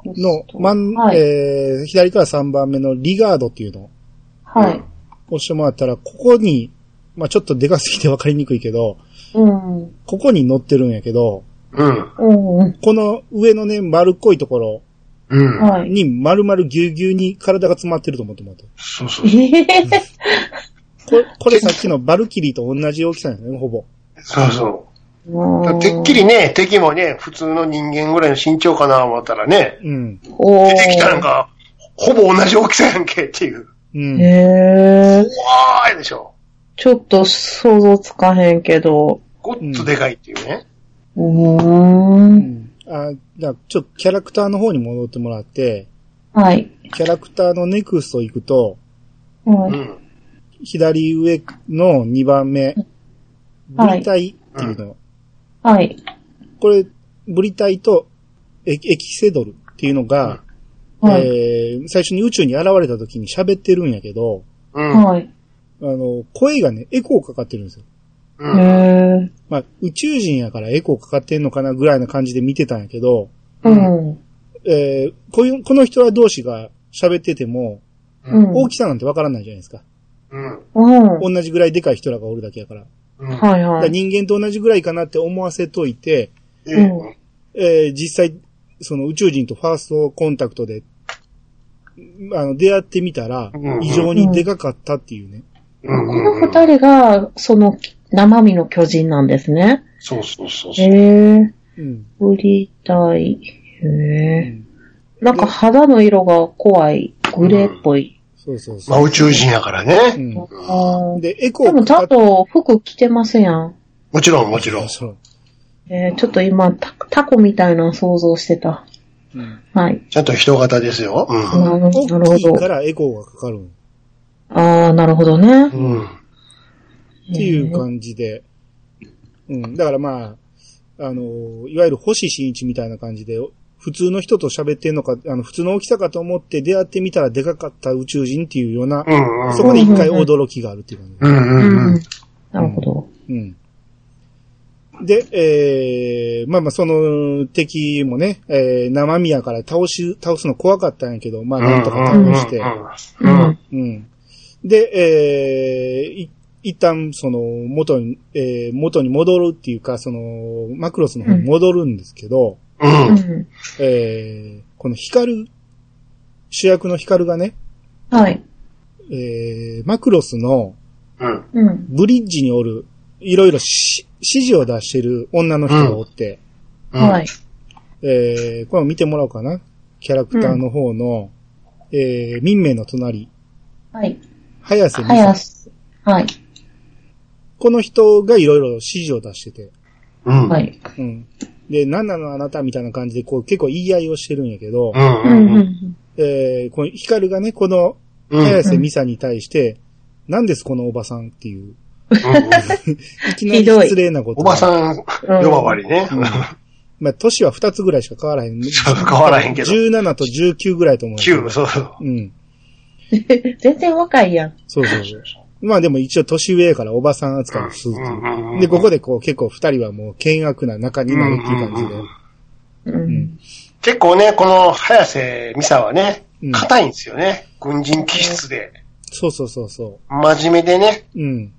Speaker 1: の、まん、
Speaker 3: はい
Speaker 1: えー、左から3番目のリガードっていうのを
Speaker 3: は
Speaker 2: う
Speaker 3: い
Speaker 2: ん。
Speaker 1: 押してもらったら、ここに、まあちょっとでかすぎてわかりにくいけど、
Speaker 3: うん。
Speaker 1: ここに乗ってるんやけど、
Speaker 2: うん。
Speaker 3: うん。
Speaker 1: この上のね、丸っこいところ
Speaker 2: うん。
Speaker 3: はい。
Speaker 1: に丸々ぎゅうぎゅうに体が詰まってると思ってもらって。
Speaker 2: そうそう。
Speaker 3: ええ
Speaker 1: これ、これさっきのバルキリーと同じ大きさや ね、ほぼ。
Speaker 2: そうそ
Speaker 3: ー。
Speaker 2: う。だから てっきりね、敵もね、普通の人間ぐらいの身長かな思ったらね、
Speaker 1: うん。
Speaker 3: おー、
Speaker 2: 出てきたのが、ほぼ同じ大きさやんけっていう。
Speaker 1: うん。
Speaker 3: へえー。
Speaker 2: 怖いでしょ。
Speaker 3: ちょっと想像つかへんけど。
Speaker 2: ごっつでかいっていうね。
Speaker 3: うー。
Speaker 1: うんんあ、じゃあちょっとキャラクターの方に戻ってもらって、
Speaker 3: はい。
Speaker 1: キャラクターのネクスト行くと、
Speaker 3: は
Speaker 2: う
Speaker 3: い。
Speaker 2: ん。
Speaker 1: 左上の2番目、ブリタイっていうの。
Speaker 3: はい。
Speaker 1: これ、ブリタイとエエキセドルっていうのが、
Speaker 3: はい。
Speaker 1: えー最初に宇宙に現れた時に喋ってるんやけど、
Speaker 2: うん。
Speaker 3: はい。
Speaker 1: あの、声がね、エコーかかってるんですよ。
Speaker 3: へ
Speaker 2: うん。
Speaker 3: え。
Speaker 1: まあ、宇宙人やからエコーかかってんのかなぐらいな感じで見てたんやけど、
Speaker 3: うん。
Speaker 1: えーこういう、この人ら同士が喋ってても、
Speaker 3: うん。
Speaker 1: 大きさなんてわからないじゃないですか。
Speaker 2: うん。
Speaker 3: うん。
Speaker 1: 同じぐらいでかい人らがおるだけやから。だ
Speaker 2: うん。
Speaker 3: はい
Speaker 1: か
Speaker 3: は
Speaker 1: ら
Speaker 3: い。
Speaker 1: 人間と同じぐらいかなって思わせといて、
Speaker 2: うん
Speaker 1: えー実際、その宇宙人とファーストコンタクトで、あの、出会ってみたら
Speaker 2: う、ん
Speaker 1: 異常にでかかったっていうね。
Speaker 2: うん
Speaker 3: この
Speaker 2: うんうん
Speaker 3: 二人が、その、生身の巨人なんですね。
Speaker 2: そうそうそう
Speaker 3: へ
Speaker 2: そう。
Speaker 3: え。
Speaker 1: うん。
Speaker 3: 売りたい。
Speaker 1: う
Speaker 3: へえ。
Speaker 1: ん
Speaker 3: なんか肌の色が怖い。グレーっぽい。
Speaker 1: そうそうそう。
Speaker 2: まあ宇宙人やから
Speaker 1: う
Speaker 2: ね。
Speaker 1: ん。
Speaker 3: あー
Speaker 1: で、エコ
Speaker 3: でも
Speaker 1: ー
Speaker 3: ちゃんと服着てますやん。
Speaker 2: もちろんもちろん。
Speaker 1: そう。
Speaker 3: えー、ちょっと今タ、タコみたいなの想像してた。
Speaker 1: うん
Speaker 3: はい。
Speaker 2: ちゃんと人型ですよ。
Speaker 3: なるなるほど。
Speaker 1: 大きいからエコーがかかるっ
Speaker 3: ああ、なるほどね。
Speaker 2: うん。うん。
Speaker 1: ていう感じで。うん。だからまあ、あのー、いわゆる星新一みたいな感じで、普通の人と喋ってんのか、あの、普通の大きさかと思って出会ってみたらでかかった宇宙人っていうような、
Speaker 2: うん。
Speaker 1: そこで一回驚きがあるっていう感じ。
Speaker 2: うん
Speaker 3: う
Speaker 2: うん
Speaker 3: ん
Speaker 2: うん。
Speaker 3: なるほど。
Speaker 1: うん。で、えー、まあまあ、その敵もね、えー、生身やから倒し、倒すの怖かったんやけど、まあ、なんとか倒して、
Speaker 2: う
Speaker 3: うんん。
Speaker 1: うん。で、えーい一旦、その、元に、えー元に戻るっていうか、その、マクロスの方に戻るんですけど、
Speaker 2: う。
Speaker 3: うんん。
Speaker 1: えーこの光る、主役の光がね、
Speaker 3: はい。
Speaker 1: えーマクロスの
Speaker 2: うん。
Speaker 3: うん。
Speaker 1: ブリッジにおる、いろいろし指示を出してる女の人がおって、
Speaker 3: はい。
Speaker 1: えーこれも見てもらおうかな。キャラクターの方の、えー民名の隣、
Speaker 3: はい。
Speaker 1: 早瀬美
Speaker 3: はや
Speaker 1: 沙。
Speaker 3: す。はい。
Speaker 1: この人がいろいろ指示を出してて、
Speaker 2: うん。
Speaker 3: は。い。
Speaker 1: うん。で、何なのあなたみたいな感じで、こう結構言い合いをしてるんやけど、
Speaker 2: うん
Speaker 3: う。
Speaker 2: うん
Speaker 3: うんん。
Speaker 1: えー、このヒカルがね、この、
Speaker 2: うん。
Speaker 1: 早瀬美沙に対して、何ですこのおばさんっていういきなり失礼なこと。
Speaker 2: おばさん、
Speaker 3: うん
Speaker 2: 夜回りね。
Speaker 1: まあ、年は2つぐらいしか変わらへん。
Speaker 2: 変わらへんけど。
Speaker 1: 17と19ぐらいと思う。
Speaker 2: 9、そうそう。
Speaker 1: うん。
Speaker 3: 全然若いやん。
Speaker 1: そうそうそう。まあでも一応年上やからおばさん扱いをするというで、ここでこう結構二人はもう険悪な仲になるっていう感じで。
Speaker 3: う。
Speaker 1: うんん。
Speaker 2: 結構ね、この早瀬美沙はね
Speaker 1: うん、
Speaker 2: 硬いんですよね。軍人気質で。
Speaker 1: そうそうそうそ
Speaker 2: 真面目でね。
Speaker 1: う。うん。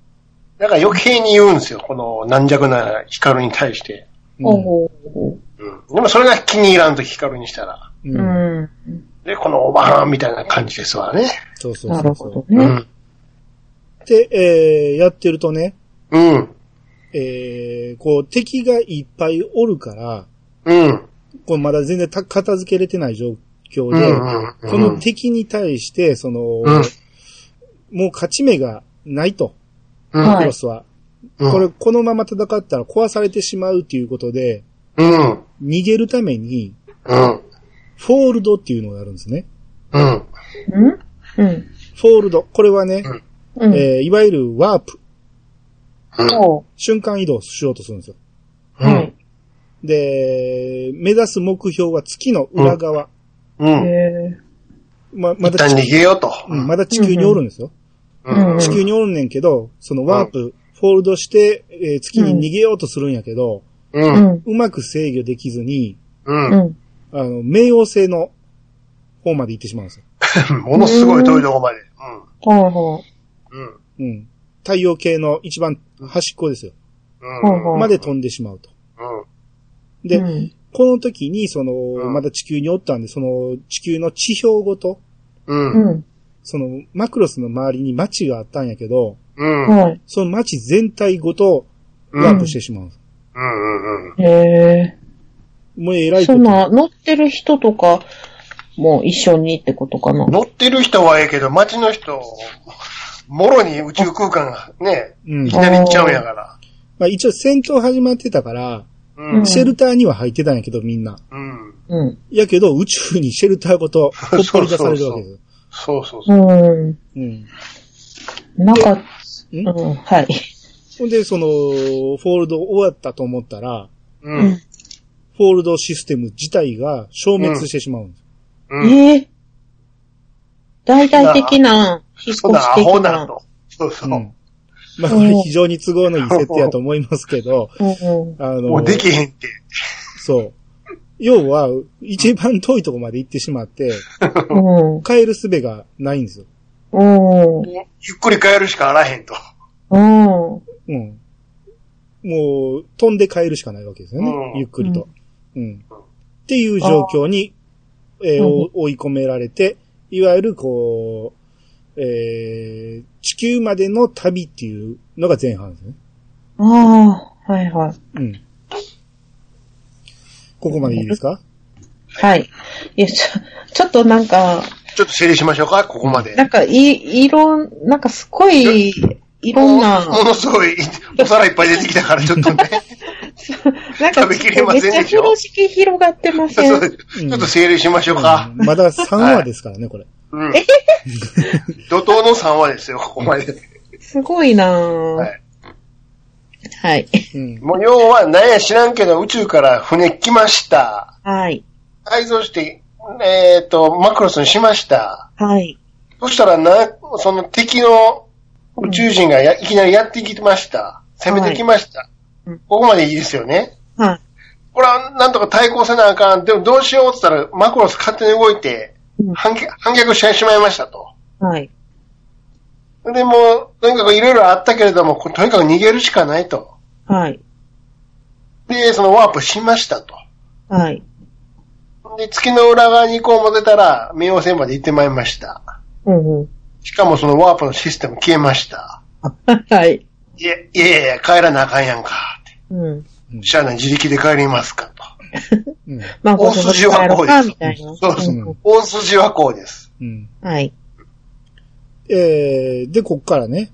Speaker 2: だから余計に言うんですよ。この軟弱な光に対して。
Speaker 1: うん。
Speaker 3: おお。
Speaker 2: うん。でもそれが気に入らんと光にしたら。
Speaker 1: う。
Speaker 3: うんん。
Speaker 2: で、このおばはんみたいな感じですわね。
Speaker 1: そうそう
Speaker 3: な
Speaker 1: そ
Speaker 3: る
Speaker 1: うそ
Speaker 3: ほどね。
Speaker 1: う。で、えー、やってるとね、
Speaker 2: うん。うん。
Speaker 1: えー、こう敵がいっぱいおるから、
Speaker 2: うん。
Speaker 1: こうまだ全然た片付けれてない状況
Speaker 2: うん。う
Speaker 1: で、
Speaker 2: ん。
Speaker 1: この敵に対して、その、
Speaker 2: うん。
Speaker 1: もう勝ち目がないと、
Speaker 2: うん。
Speaker 1: ク
Speaker 3: はい
Speaker 1: ロスは。
Speaker 2: うん
Speaker 1: これ、このまま戦ったら壊されてしまうということで、
Speaker 2: うん。
Speaker 1: 逃げるために、
Speaker 2: うん。
Speaker 1: フォールドっていうのをやるんですね。
Speaker 2: うん。
Speaker 3: うんうん。
Speaker 1: フォールド。これはね、
Speaker 3: うん。
Speaker 1: えーいわゆるワープ。
Speaker 3: おう
Speaker 1: 瞬間移動しようとするんですよ。
Speaker 2: う
Speaker 3: はい
Speaker 2: ん。。
Speaker 1: で、目指す目標は月の裏側。
Speaker 2: うん。
Speaker 3: へ
Speaker 1: ま、ま
Speaker 2: 一
Speaker 1: だ
Speaker 2: 旦逃
Speaker 1: 地球、
Speaker 2: げようと。
Speaker 1: うんまだ地球におるんですよ。
Speaker 2: うん
Speaker 3: うん
Speaker 1: 地球におるねんけど、そのワープ、フォールドして、えー月に逃げようとするんやけど、
Speaker 2: う。
Speaker 3: えうんん。
Speaker 1: うまく制御できずに、
Speaker 2: うん
Speaker 3: う。ん。
Speaker 1: あの、冥王星の方まで行ってしまうんですよ。
Speaker 2: ものすごい遠いとこまで。
Speaker 3: ほうほ
Speaker 2: うん。うん。
Speaker 1: うん。太陽系の一番端っこですよ。
Speaker 2: うん。
Speaker 1: まで飛んでしまうと。
Speaker 2: うん。
Speaker 3: う。
Speaker 1: で、
Speaker 3: うん
Speaker 1: この時に、その、
Speaker 2: ん
Speaker 1: まだ地球におったんで、その、地球の地表ごと、
Speaker 2: うん。
Speaker 3: うん。
Speaker 1: その、マクロスの周りに街があったんやけど、
Speaker 2: うん。うん。
Speaker 3: はい。
Speaker 1: その街全体ごと、ワープしてしまうんです。
Speaker 2: うん。
Speaker 3: へえ。
Speaker 1: もう偉いこ
Speaker 3: そ
Speaker 1: と。
Speaker 3: んな、乗ってる人とかも一緒にってことかな。
Speaker 2: 乗ってる人はええけど、街の人、もろに宇宙空間がね、
Speaker 1: うん
Speaker 2: いき。なり行っちゃうんやから。
Speaker 1: まあ一応戦闘始まってたから、
Speaker 2: うん。
Speaker 1: シェルターには入ってたんやけど、みんな。
Speaker 2: うん。
Speaker 3: うん。
Speaker 1: やけど、宇宙にシェルターご と、ほっぽり出されるわけですよ。
Speaker 2: そうそうそう。
Speaker 3: うん。
Speaker 1: うん。
Speaker 3: なんか、
Speaker 1: ん
Speaker 3: うん、はい。
Speaker 1: ほんで、その、フォールド終わったと思ったら、
Speaker 2: うん。
Speaker 1: フォールドシステム自体が消滅してしまうんです。
Speaker 2: うん。
Speaker 3: ええ大々的な、引っ越
Speaker 2: そんな
Speaker 3: し
Speaker 2: ア
Speaker 3: 的
Speaker 2: ホ
Speaker 3: な
Speaker 2: な。と。そうそうう。
Speaker 1: ん。まあ、これ非常に都合のいい設定やと思いますけど、
Speaker 3: うん
Speaker 1: あの、
Speaker 2: もうできへんって。
Speaker 1: そう。要は、一番遠いとこまで行ってしまって、
Speaker 3: うん。
Speaker 1: 帰る術がないんですよ。
Speaker 3: うん。
Speaker 2: ゆっくり帰るしかあらへんと。
Speaker 3: うん。うん。
Speaker 1: うん。もう、飛んで帰るしかないわけですよね。
Speaker 2: うん
Speaker 1: ゆっくりと。うん。っていう状況に、えーお追い込められて、いわゆるこう、えー、地球までの旅っていうのが前半ですね。
Speaker 3: ああ、はいはい。
Speaker 1: うん。ここまでいいですか
Speaker 3: はい。いや、ちょ、ちょっとなんか、
Speaker 2: ちょっと整理しましょうか、ここまで。
Speaker 3: なんか、い、いろん、なんかすごい、いろんな、
Speaker 2: ものすごい、お皿いっぱい出てきたから、ちょっとね。
Speaker 3: なんか、
Speaker 2: 食べきれま
Speaker 3: めっ
Speaker 2: せん
Speaker 3: ちゃ
Speaker 2: でしょ
Speaker 3: 風呂敷広がってませ
Speaker 2: そ
Speaker 3: ん
Speaker 2: う。ちょっと整理しましょうか。
Speaker 1: うんまだ3話ですからね、これ。
Speaker 2: うん。怒涛の3話ですよ、ここまで。
Speaker 3: すごいなぁ
Speaker 2: はい
Speaker 3: はい。
Speaker 1: うん。
Speaker 2: もう要は、なんや知らんけど、宇宙から船来ました。
Speaker 3: はい。
Speaker 2: 改造して、えっ、と、マクロスにしました。
Speaker 3: はい。
Speaker 2: そしたらな、その敵の宇宙人がやいきなりやってきました。攻めてきました。
Speaker 3: いうん
Speaker 2: ここまでいいですよね。
Speaker 3: は
Speaker 2: これはなんとか対抗せなあかん。でもどうしようって言ったら、マクロス勝手に動いて
Speaker 3: うん
Speaker 2: 反逆、反逆してしまいましたと。
Speaker 3: い。はい。
Speaker 2: でもう、とにかくいろいろあったけれども、これとにかく逃げるしかないと。
Speaker 3: はい。
Speaker 2: で、そのワープしましたと。
Speaker 3: はい。
Speaker 2: で、月の裏側に行こう思ってたら、冥王星まで行ってまいりました。
Speaker 3: うん うん。
Speaker 2: しかもそのワープのシステム消えました。
Speaker 3: はい。
Speaker 2: いや、いやいやいや、帰らなあかんやんか。
Speaker 3: うん。
Speaker 2: しゃあない、自力で帰りますか
Speaker 1: うん。
Speaker 3: まあ、
Speaker 2: 大筋はこうです
Speaker 3: みたいな。
Speaker 2: と。そうそうう。
Speaker 1: ん
Speaker 2: 大筋はこうです。
Speaker 1: うん。
Speaker 3: はい。
Speaker 1: えー、で、こっからね、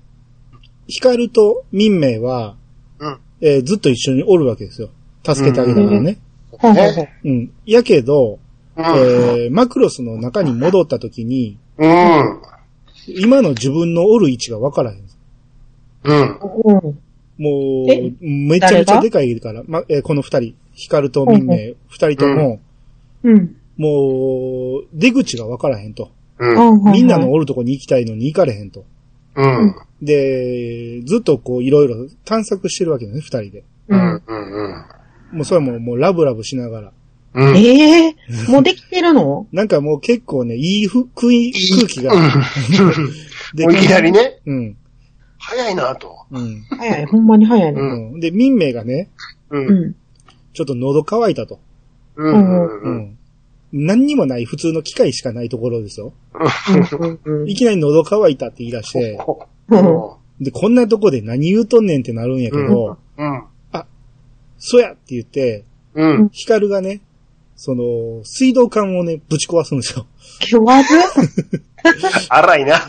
Speaker 1: ヒカルと民明は、
Speaker 2: うん
Speaker 1: えーずっと一緒におるわけですよ。助けてあげたからね。
Speaker 3: ほうほうほう
Speaker 2: ね。
Speaker 1: うん。やけど、
Speaker 2: うん。
Speaker 1: えー、マクロスの中に戻った時に、
Speaker 2: うん。
Speaker 1: 今の自分のおる位置がわからへん。
Speaker 2: ううん。
Speaker 3: うん。
Speaker 1: も
Speaker 3: え
Speaker 1: う、めちゃめち
Speaker 3: 誰
Speaker 1: ゃ
Speaker 3: が
Speaker 1: でかいから、ま、えーこの二人、ヒカルとミンメ、二人とも、
Speaker 3: うん。
Speaker 1: もう、出口がわからへんと。
Speaker 2: うん。
Speaker 1: みんなのおるとこに行きたいのに行かれへんと。
Speaker 2: うん。
Speaker 1: で、ずっとこう、いろいろ探索してるわけだね、二人で。
Speaker 2: う
Speaker 3: うんん。。
Speaker 2: うん。
Speaker 1: もうそれももうラブラブしながら。
Speaker 2: うん。
Speaker 3: ええー、もうできてるの
Speaker 1: なんかもう結構ね、いいふ空い空気が
Speaker 2: うん。
Speaker 1: 出
Speaker 2: もういきなりね、
Speaker 1: うん。
Speaker 2: 早いなと。
Speaker 1: うん。
Speaker 3: 早い、ほんまに早いね。
Speaker 1: うん。で、民名がね、
Speaker 2: う。
Speaker 3: うんん。
Speaker 1: ちょっと喉乾いたと。
Speaker 2: うん。うん。うん。
Speaker 1: 何にもない普通の機械しかないところですよ。
Speaker 3: うん。うん。
Speaker 1: いきなり喉乾いたって言い出して、
Speaker 2: こ
Speaker 3: うん。
Speaker 2: こ
Speaker 1: で、こんなとこで何言うとんねんってなるんやけど、
Speaker 2: うん。
Speaker 1: そやって言って、
Speaker 2: うん。
Speaker 1: ヒカルがね、その、水道管をね、ぶち壊すんですよ。
Speaker 3: 今日は ず
Speaker 2: 荒いな。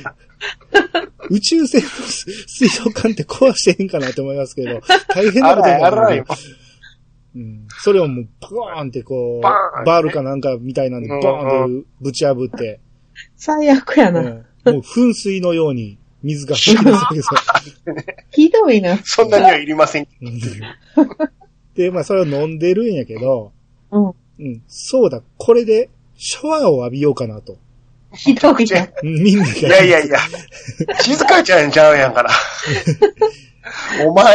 Speaker 1: 宇宙船の水道管って壊してへんかなって思いますけど、大変なことに
Speaker 2: 荒い、
Speaker 1: なるん
Speaker 2: 荒い
Speaker 1: で。。うん。それをもう、パコーンってこう、
Speaker 2: バーン
Speaker 1: バールかなんかみたいなんで、
Speaker 2: う
Speaker 1: ボ
Speaker 2: ん
Speaker 1: ーンってぶち破って、
Speaker 3: 最悪や
Speaker 1: うん
Speaker 3: な。
Speaker 1: もう噴水のように水が噴き出すわけですよ。
Speaker 3: ひどいな。
Speaker 2: そんなにはいりません。
Speaker 1: で、まあ、それを飲んでるんやけど、
Speaker 3: うん。
Speaker 1: うん、そうだ、これで、シャワーを浴びようかなと。
Speaker 3: ひどいな。
Speaker 1: うんみんない
Speaker 2: やいやいや、静かちゃんちゃうやんから。お前、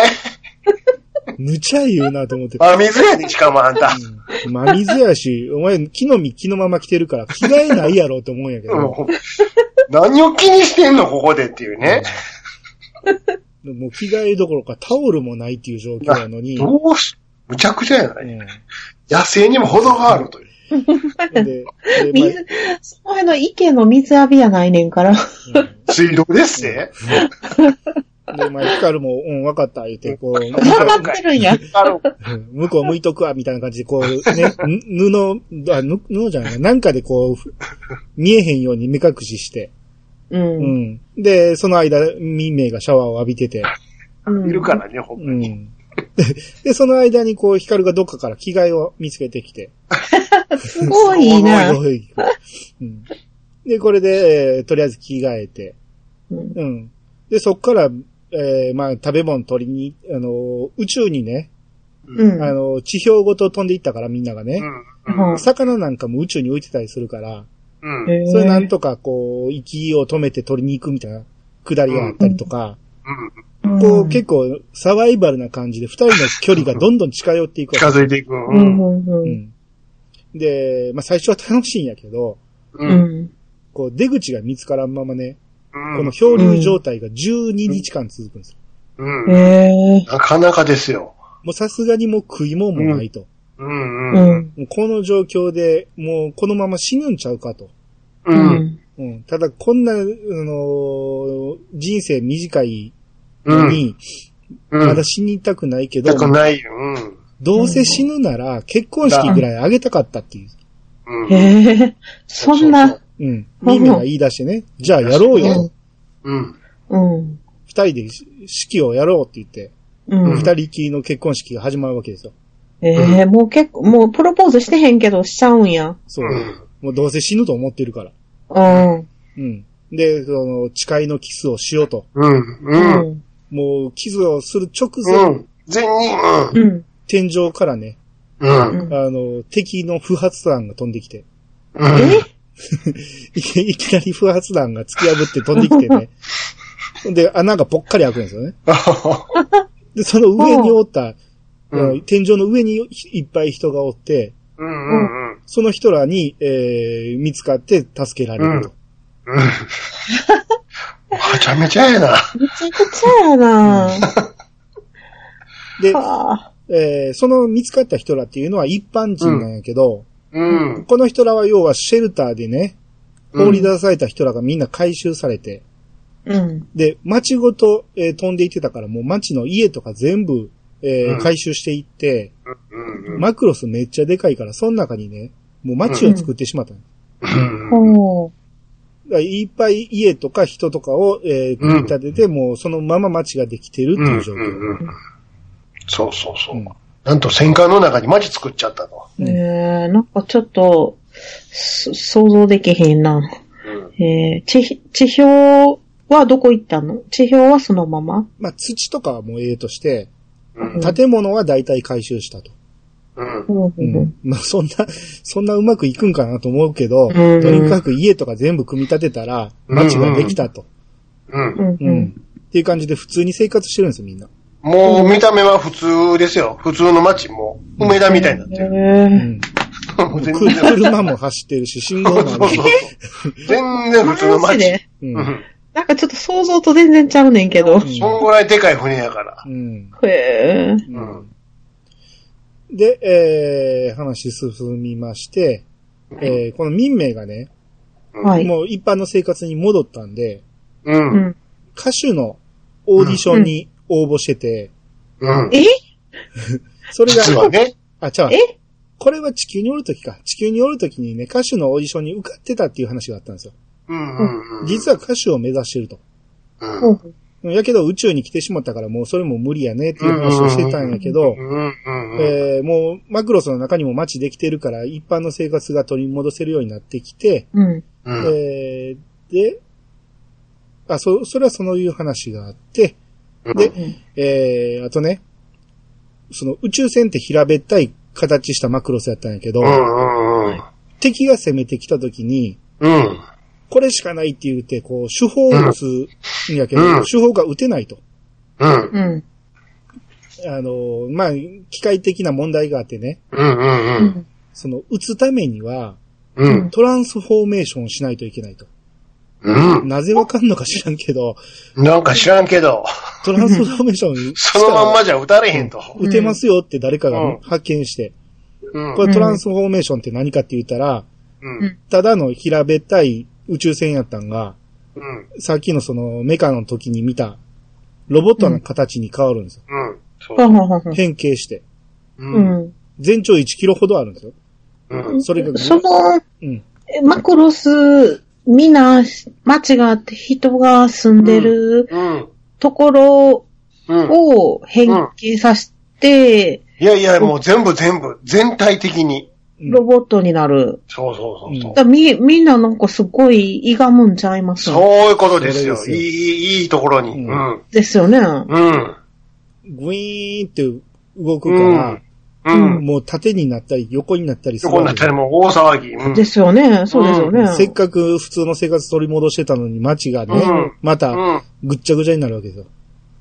Speaker 1: むちゃ言うなと思って。
Speaker 2: 真水やで、しかもあんた。
Speaker 1: うん真水やし、お前、木の実木のまま着てるから、着替えないやろうと思うんやけど、
Speaker 2: うん何を気にしてんの、ここでっていうね。
Speaker 1: もう着替えどころかタオルもないっていう状況やのに、
Speaker 2: どうし、むちゃくちゃやな
Speaker 1: う
Speaker 2: い。
Speaker 1: ん
Speaker 2: 野生にも程があるという。
Speaker 1: で、でま
Speaker 3: 水、その辺の池の水浴びやないねんから。
Speaker 1: あ
Speaker 2: 水道ですぜ。
Speaker 1: うんで、まあ、ヒカルも、うん、わかった、言って、こう、向こ
Speaker 3: 頑張ってるんや。
Speaker 2: あの、
Speaker 1: ううん向こう向いとくわ、みたいな感じで、こう、ね、 布、あ、ぬ布じゃないなんかでこう、ふ見えへんように目隠しして、
Speaker 3: う。
Speaker 1: うんん。で、その間、ミンメイがシャワーを浴びてて、
Speaker 3: うん
Speaker 2: いるからね、ほん
Speaker 1: うん。で、でその間にこう、ヒカルがどっかから着替えを見つけてきて、
Speaker 3: すごいな。
Speaker 1: おいおいうんで、これで、えーとりあえず着替えて、
Speaker 3: うん
Speaker 1: うん。で、そっから、えーまあ、食べ物取りに、あのー宇宙にね、
Speaker 3: う
Speaker 1: あ
Speaker 3: ん。
Speaker 1: のー地表ごと飛んでいったからみんながね、
Speaker 2: うん。
Speaker 1: 魚なんかも宇宙に浮いてたりするから、
Speaker 2: うん。うん。
Speaker 3: えー
Speaker 1: それなんとかこう、息を止めて取りに行くみたいな下りがあったりとか、こう結構サバイバルな感じで二人の距離がどんどん近寄っていくわけ
Speaker 2: 近づいていく。う。
Speaker 3: うん
Speaker 2: うん。
Speaker 3: ん。う。
Speaker 1: うんんで、まあ最初は楽しいんやけど、
Speaker 2: う。
Speaker 3: うんん。
Speaker 1: こう出口が見つからんままね、こ
Speaker 2: う
Speaker 1: の
Speaker 2: ん。
Speaker 1: 漂流状態が12日間続くんですよ。
Speaker 2: うん。
Speaker 3: え
Speaker 2: なかなかですよ。
Speaker 1: もうさすがにもう食い物もないと。
Speaker 2: うん。
Speaker 3: ー。う
Speaker 2: うん。
Speaker 3: ん。
Speaker 1: もうこの状況でもうこのまま死ぬんちゃうかと。
Speaker 2: う。
Speaker 3: うんん。
Speaker 1: うん、ただこんな、あのー人生短い
Speaker 2: うん。
Speaker 1: の
Speaker 2: うん。
Speaker 1: に、
Speaker 2: う
Speaker 1: ま
Speaker 2: ん
Speaker 1: だ。死にたくないけど
Speaker 2: 痛、くないよ。うん。
Speaker 1: どうせ死ぬなら結婚式ぐらいあげたかったっていう。
Speaker 2: うん。
Speaker 3: えー。そんな。
Speaker 1: うん。ミーメが言い出してね、じゃあやろうよと。
Speaker 2: うん。
Speaker 3: うん。
Speaker 1: 二人で式をやろうって言って、二
Speaker 3: うん。
Speaker 1: 人きりの結婚式が始まるわけですよ。
Speaker 3: ええ、もう結構、もうプロポーズしてへんけどしちゃうんや。
Speaker 1: そうう。
Speaker 2: ん。
Speaker 1: もうどうせ死ぬと思ってるから。
Speaker 3: うん。
Speaker 1: うん。で、その、誓いのキスをしようと。
Speaker 2: うん。
Speaker 3: う
Speaker 2: うん。
Speaker 3: ん。
Speaker 1: もう、キスをする直
Speaker 2: う
Speaker 1: 前、
Speaker 2: ん。全に、うん。
Speaker 3: うん。
Speaker 1: 天井からね、
Speaker 2: うん。
Speaker 1: あの、敵の不発弾が飛んできて、
Speaker 2: うん。
Speaker 1: いき いきなり不発弾が突き破って飛んできてね。 で、穴がぽっかり開くんですよね。で、その上におった、あ
Speaker 2: うん
Speaker 1: の天井の上にいっぱい人がおって、
Speaker 2: うん。うん。うん。
Speaker 1: その人らに、えー、見つかって助けられると。
Speaker 2: うん。はちゃめちゃやな。
Speaker 3: めちゃくちゃやな
Speaker 1: で、
Speaker 3: は
Speaker 1: えーその見つかった人らっていうのは一般人なんやけど、
Speaker 2: うん。
Speaker 1: この人らは要はシェルターでね、
Speaker 2: うん
Speaker 1: 放り出された人らがみんな回収されて、
Speaker 3: うん。
Speaker 1: で、街ごと、えー飛んでいってたから、もう街の家とか全部、えー
Speaker 2: うん
Speaker 1: 回収していって、
Speaker 2: うん。
Speaker 1: マクロスめっちゃでかいから、その中にね、もう街を作ってしまったの。
Speaker 2: うん。
Speaker 3: ほう。
Speaker 1: だからいっぱい家とか人とかを、えー、
Speaker 2: うん
Speaker 1: 組み立てて、もうそのまま街ができてるっていう状況。。
Speaker 2: そうそうそううんなんと戦艦の中にマジ作っちゃったと。
Speaker 1: うん
Speaker 3: ええ、なんかちょっと、そ想像できへん
Speaker 2: う
Speaker 3: な。
Speaker 2: ん。
Speaker 3: えー、地、地表はどこ行ったの地表はそのまま
Speaker 1: まあ、土とかはもうええとして、
Speaker 2: うん。
Speaker 1: 建物は大体回収したと。
Speaker 2: うん。
Speaker 3: うんう
Speaker 1: うんん。まあ、そんな、そんなうまくいくんかなと思うけど、
Speaker 3: うん
Speaker 1: とにかく家とか全部組み立てたら、街ができたと。
Speaker 2: うん
Speaker 3: うん
Speaker 1: うん。っていう感じで普通に生活してるんですよ、みんな。
Speaker 2: もう見た目は普通ですよ。普通の街も、梅田みたいになってる。
Speaker 1: う
Speaker 3: へえ
Speaker 1: ん。
Speaker 2: 全
Speaker 1: く
Speaker 2: 然。
Speaker 1: 車も走ってるし、信号
Speaker 2: そ
Speaker 1: もある
Speaker 2: うそう
Speaker 1: し
Speaker 2: そう。全然普通の
Speaker 3: マ
Speaker 2: 街。
Speaker 3: ジで
Speaker 1: う。
Speaker 2: うんん。
Speaker 3: なんかちょっと想像と全然ちゃうねんけど。
Speaker 2: そんぐらいでかい船やから。
Speaker 1: うん。
Speaker 3: へえ。
Speaker 2: う
Speaker 1: うん
Speaker 2: ん。
Speaker 1: で、えー、話進みまして、えー、この民名がね、
Speaker 3: はい。
Speaker 1: もう一般の生活に戻ったんで、
Speaker 2: う。
Speaker 3: うんん。
Speaker 1: 歌手のオーディションに応募してて、
Speaker 2: うん。
Speaker 3: え
Speaker 1: それが
Speaker 2: 実、はね。
Speaker 1: あ、ちゃうわ
Speaker 3: え
Speaker 1: これは地球におるときか。地球におるときにね、歌手のオーディションに受かってたっていう話があったんですよ。
Speaker 2: うんうんうん。
Speaker 1: 実は歌手を目指してると。
Speaker 2: うん。
Speaker 3: う
Speaker 2: うん
Speaker 3: ん
Speaker 1: やけど宇宙に来てしまったからもうそれも無理やねっていう話をしてたんやけど、
Speaker 2: うんうん。
Speaker 1: えーもうマクロスの中にも街できてるから一般の生活が取り戻せるようになってきて、
Speaker 3: うん。
Speaker 2: うん。
Speaker 1: えーで、あ、そ、それはそのいう話があって、で、えーあとね、その宇宙船って平べったい形したマクロスやったんやけど、
Speaker 2: うんうん
Speaker 1: 敵が攻めてきた時に、
Speaker 2: うん。うん。
Speaker 1: これしかないって言って、こう、手法を打つんやけど、
Speaker 2: うん
Speaker 1: 手法が打てないと。
Speaker 2: うん。
Speaker 3: うん。
Speaker 1: あのー、まあ、機械的な問題があってね、
Speaker 2: うんうんうん。
Speaker 1: その、打つためには、
Speaker 2: うん。
Speaker 1: トランスフォーメーションしないといけないと。
Speaker 2: うん。
Speaker 1: なぜわかんのか知らんけど、
Speaker 2: なんか知らんけど、
Speaker 1: トランスフォーメーションし
Speaker 2: そ
Speaker 1: た
Speaker 2: のまん
Speaker 1: ら
Speaker 2: まじゃ撃たれへんと。
Speaker 1: 打てますよって誰か
Speaker 2: うん
Speaker 1: が発見して、
Speaker 2: うん。
Speaker 1: これトランスフォーメーションって何かって言ったら、
Speaker 2: うん。
Speaker 1: ただの平べったい宇宙船やったんが、
Speaker 2: うん。
Speaker 1: さっきのそのメカの時に見たロボットの形に変わるんですよ。
Speaker 2: うん。そ
Speaker 3: ほう
Speaker 2: う。
Speaker 3: ほうほうほう
Speaker 1: 変形して。
Speaker 2: う。
Speaker 3: うんん。
Speaker 1: 全長1キロほどあるんですよ。
Speaker 2: うん。
Speaker 1: それが
Speaker 3: その、
Speaker 1: うん。
Speaker 3: えマクロス、みんな、街があって人が住んでる
Speaker 2: うん。
Speaker 3: ところ
Speaker 2: うん。
Speaker 3: を変形させて、
Speaker 2: いやいや、もう全部全部、全体的に。
Speaker 1: うん
Speaker 3: ロボットになる。
Speaker 2: そうそうそうそう。
Speaker 3: だみ、みんななんかすごい歪むんちゃいます
Speaker 2: そういうことですよ。
Speaker 1: それ
Speaker 2: い
Speaker 1: ですよ
Speaker 2: い、いいところに。
Speaker 1: う
Speaker 2: うん。
Speaker 3: ですよね。
Speaker 2: うん。
Speaker 1: グイーンって動く
Speaker 2: う
Speaker 1: か
Speaker 2: ん。うん。
Speaker 1: ら、もう縦になったり横になったりする
Speaker 2: 横にな
Speaker 1: わ
Speaker 2: っ
Speaker 1: け
Speaker 2: たらもう大騒ぎ。うん。
Speaker 3: ですよね。そうですよね。
Speaker 1: せっかく普通の生活取り戻してたのに街がね、
Speaker 2: うん
Speaker 1: ま
Speaker 2: う
Speaker 1: た
Speaker 2: ん。
Speaker 1: ぐっちゃぐちゃになるわけですよ。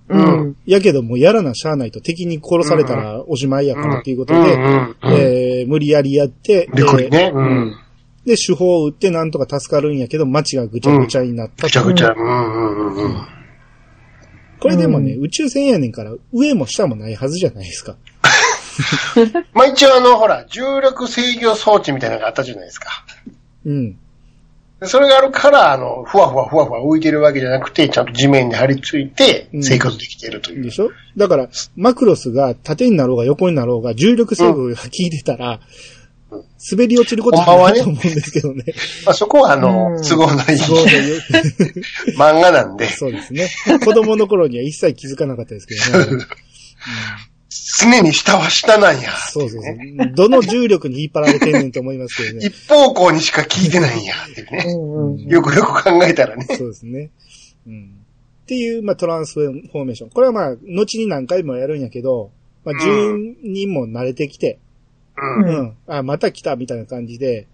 Speaker 3: うん。
Speaker 1: やけどもうやらなしゃあないと敵に殺されたらおしまいやからっていうこと
Speaker 2: うん
Speaker 1: で、
Speaker 2: うん。うん。
Speaker 1: えー無理やりやって、
Speaker 2: びっくりね。うん。
Speaker 1: えーで、手法を打ってなんとか助かるんやけど、街がぐちゃぐちゃになった
Speaker 2: ぐ
Speaker 1: と
Speaker 2: ちゃぐちゃ。うんうんうんうん。
Speaker 1: これでもね、
Speaker 3: う
Speaker 1: 宇宙船やねんから上も下もないはずじゃないですか。
Speaker 2: まあ一応あの、ほら、重力制御装置みたいなのがあったじゃないですか。
Speaker 1: うん。
Speaker 2: でそれがあるから、あの、ふわふわふわふわ浮いてるわけじゃなくて、ちゃんと地面に張り付いて
Speaker 1: うん
Speaker 2: 生活できているという。
Speaker 1: でしょだから、マクロスが縦になろうが横になろうが重力制御が効いてたら、滑り落ちることはないと思うんですけどね。
Speaker 2: まあそこはあの、
Speaker 3: うん
Speaker 2: 都合のいい
Speaker 1: そうだよ
Speaker 2: 漫画なんで、
Speaker 1: そうですね。子供の頃には一切気づかなかったですけ どね。
Speaker 2: 常に下は下なんや。
Speaker 1: そうそうそう。 どの重力に引っ張られてんねんと 思いますけどね。
Speaker 2: 一方向にしか聞いてないんや。っていうね。よくよく考えたらね。
Speaker 1: そうですね。うん。っていう、まあ、トランスフォーメーション。これはまあ、後に何回もやるんやけど、まあ、住人も慣れてきて、
Speaker 2: うん。
Speaker 1: うん。あ、また来た、みたいな感じで、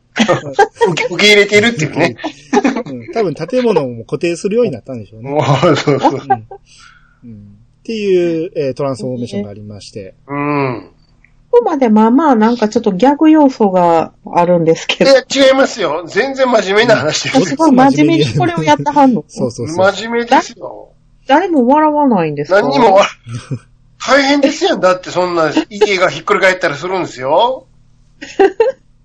Speaker 2: 受け受け入れているっていうね。
Speaker 1: うん、多分建物も固定するようになったんでしょうね。
Speaker 2: もう、そうそう。
Speaker 1: うん。うんっていう、えートランスフォーメーションがありまして。
Speaker 2: うん。
Speaker 3: ここまでまあまあなんかちょっとギャグ要素があるんですけ
Speaker 2: い
Speaker 3: ど。
Speaker 2: や、違いますよ。全然真面目な話です
Speaker 3: す
Speaker 2: よ。
Speaker 3: ごい真面目にこれをやったはんの。
Speaker 1: そうそうそう。
Speaker 2: 真面目ですよ。
Speaker 3: 誰も笑わないんですか
Speaker 2: 何にもわ、 大変ですやん。だってそんな家がひっくり返ったりするんですよ。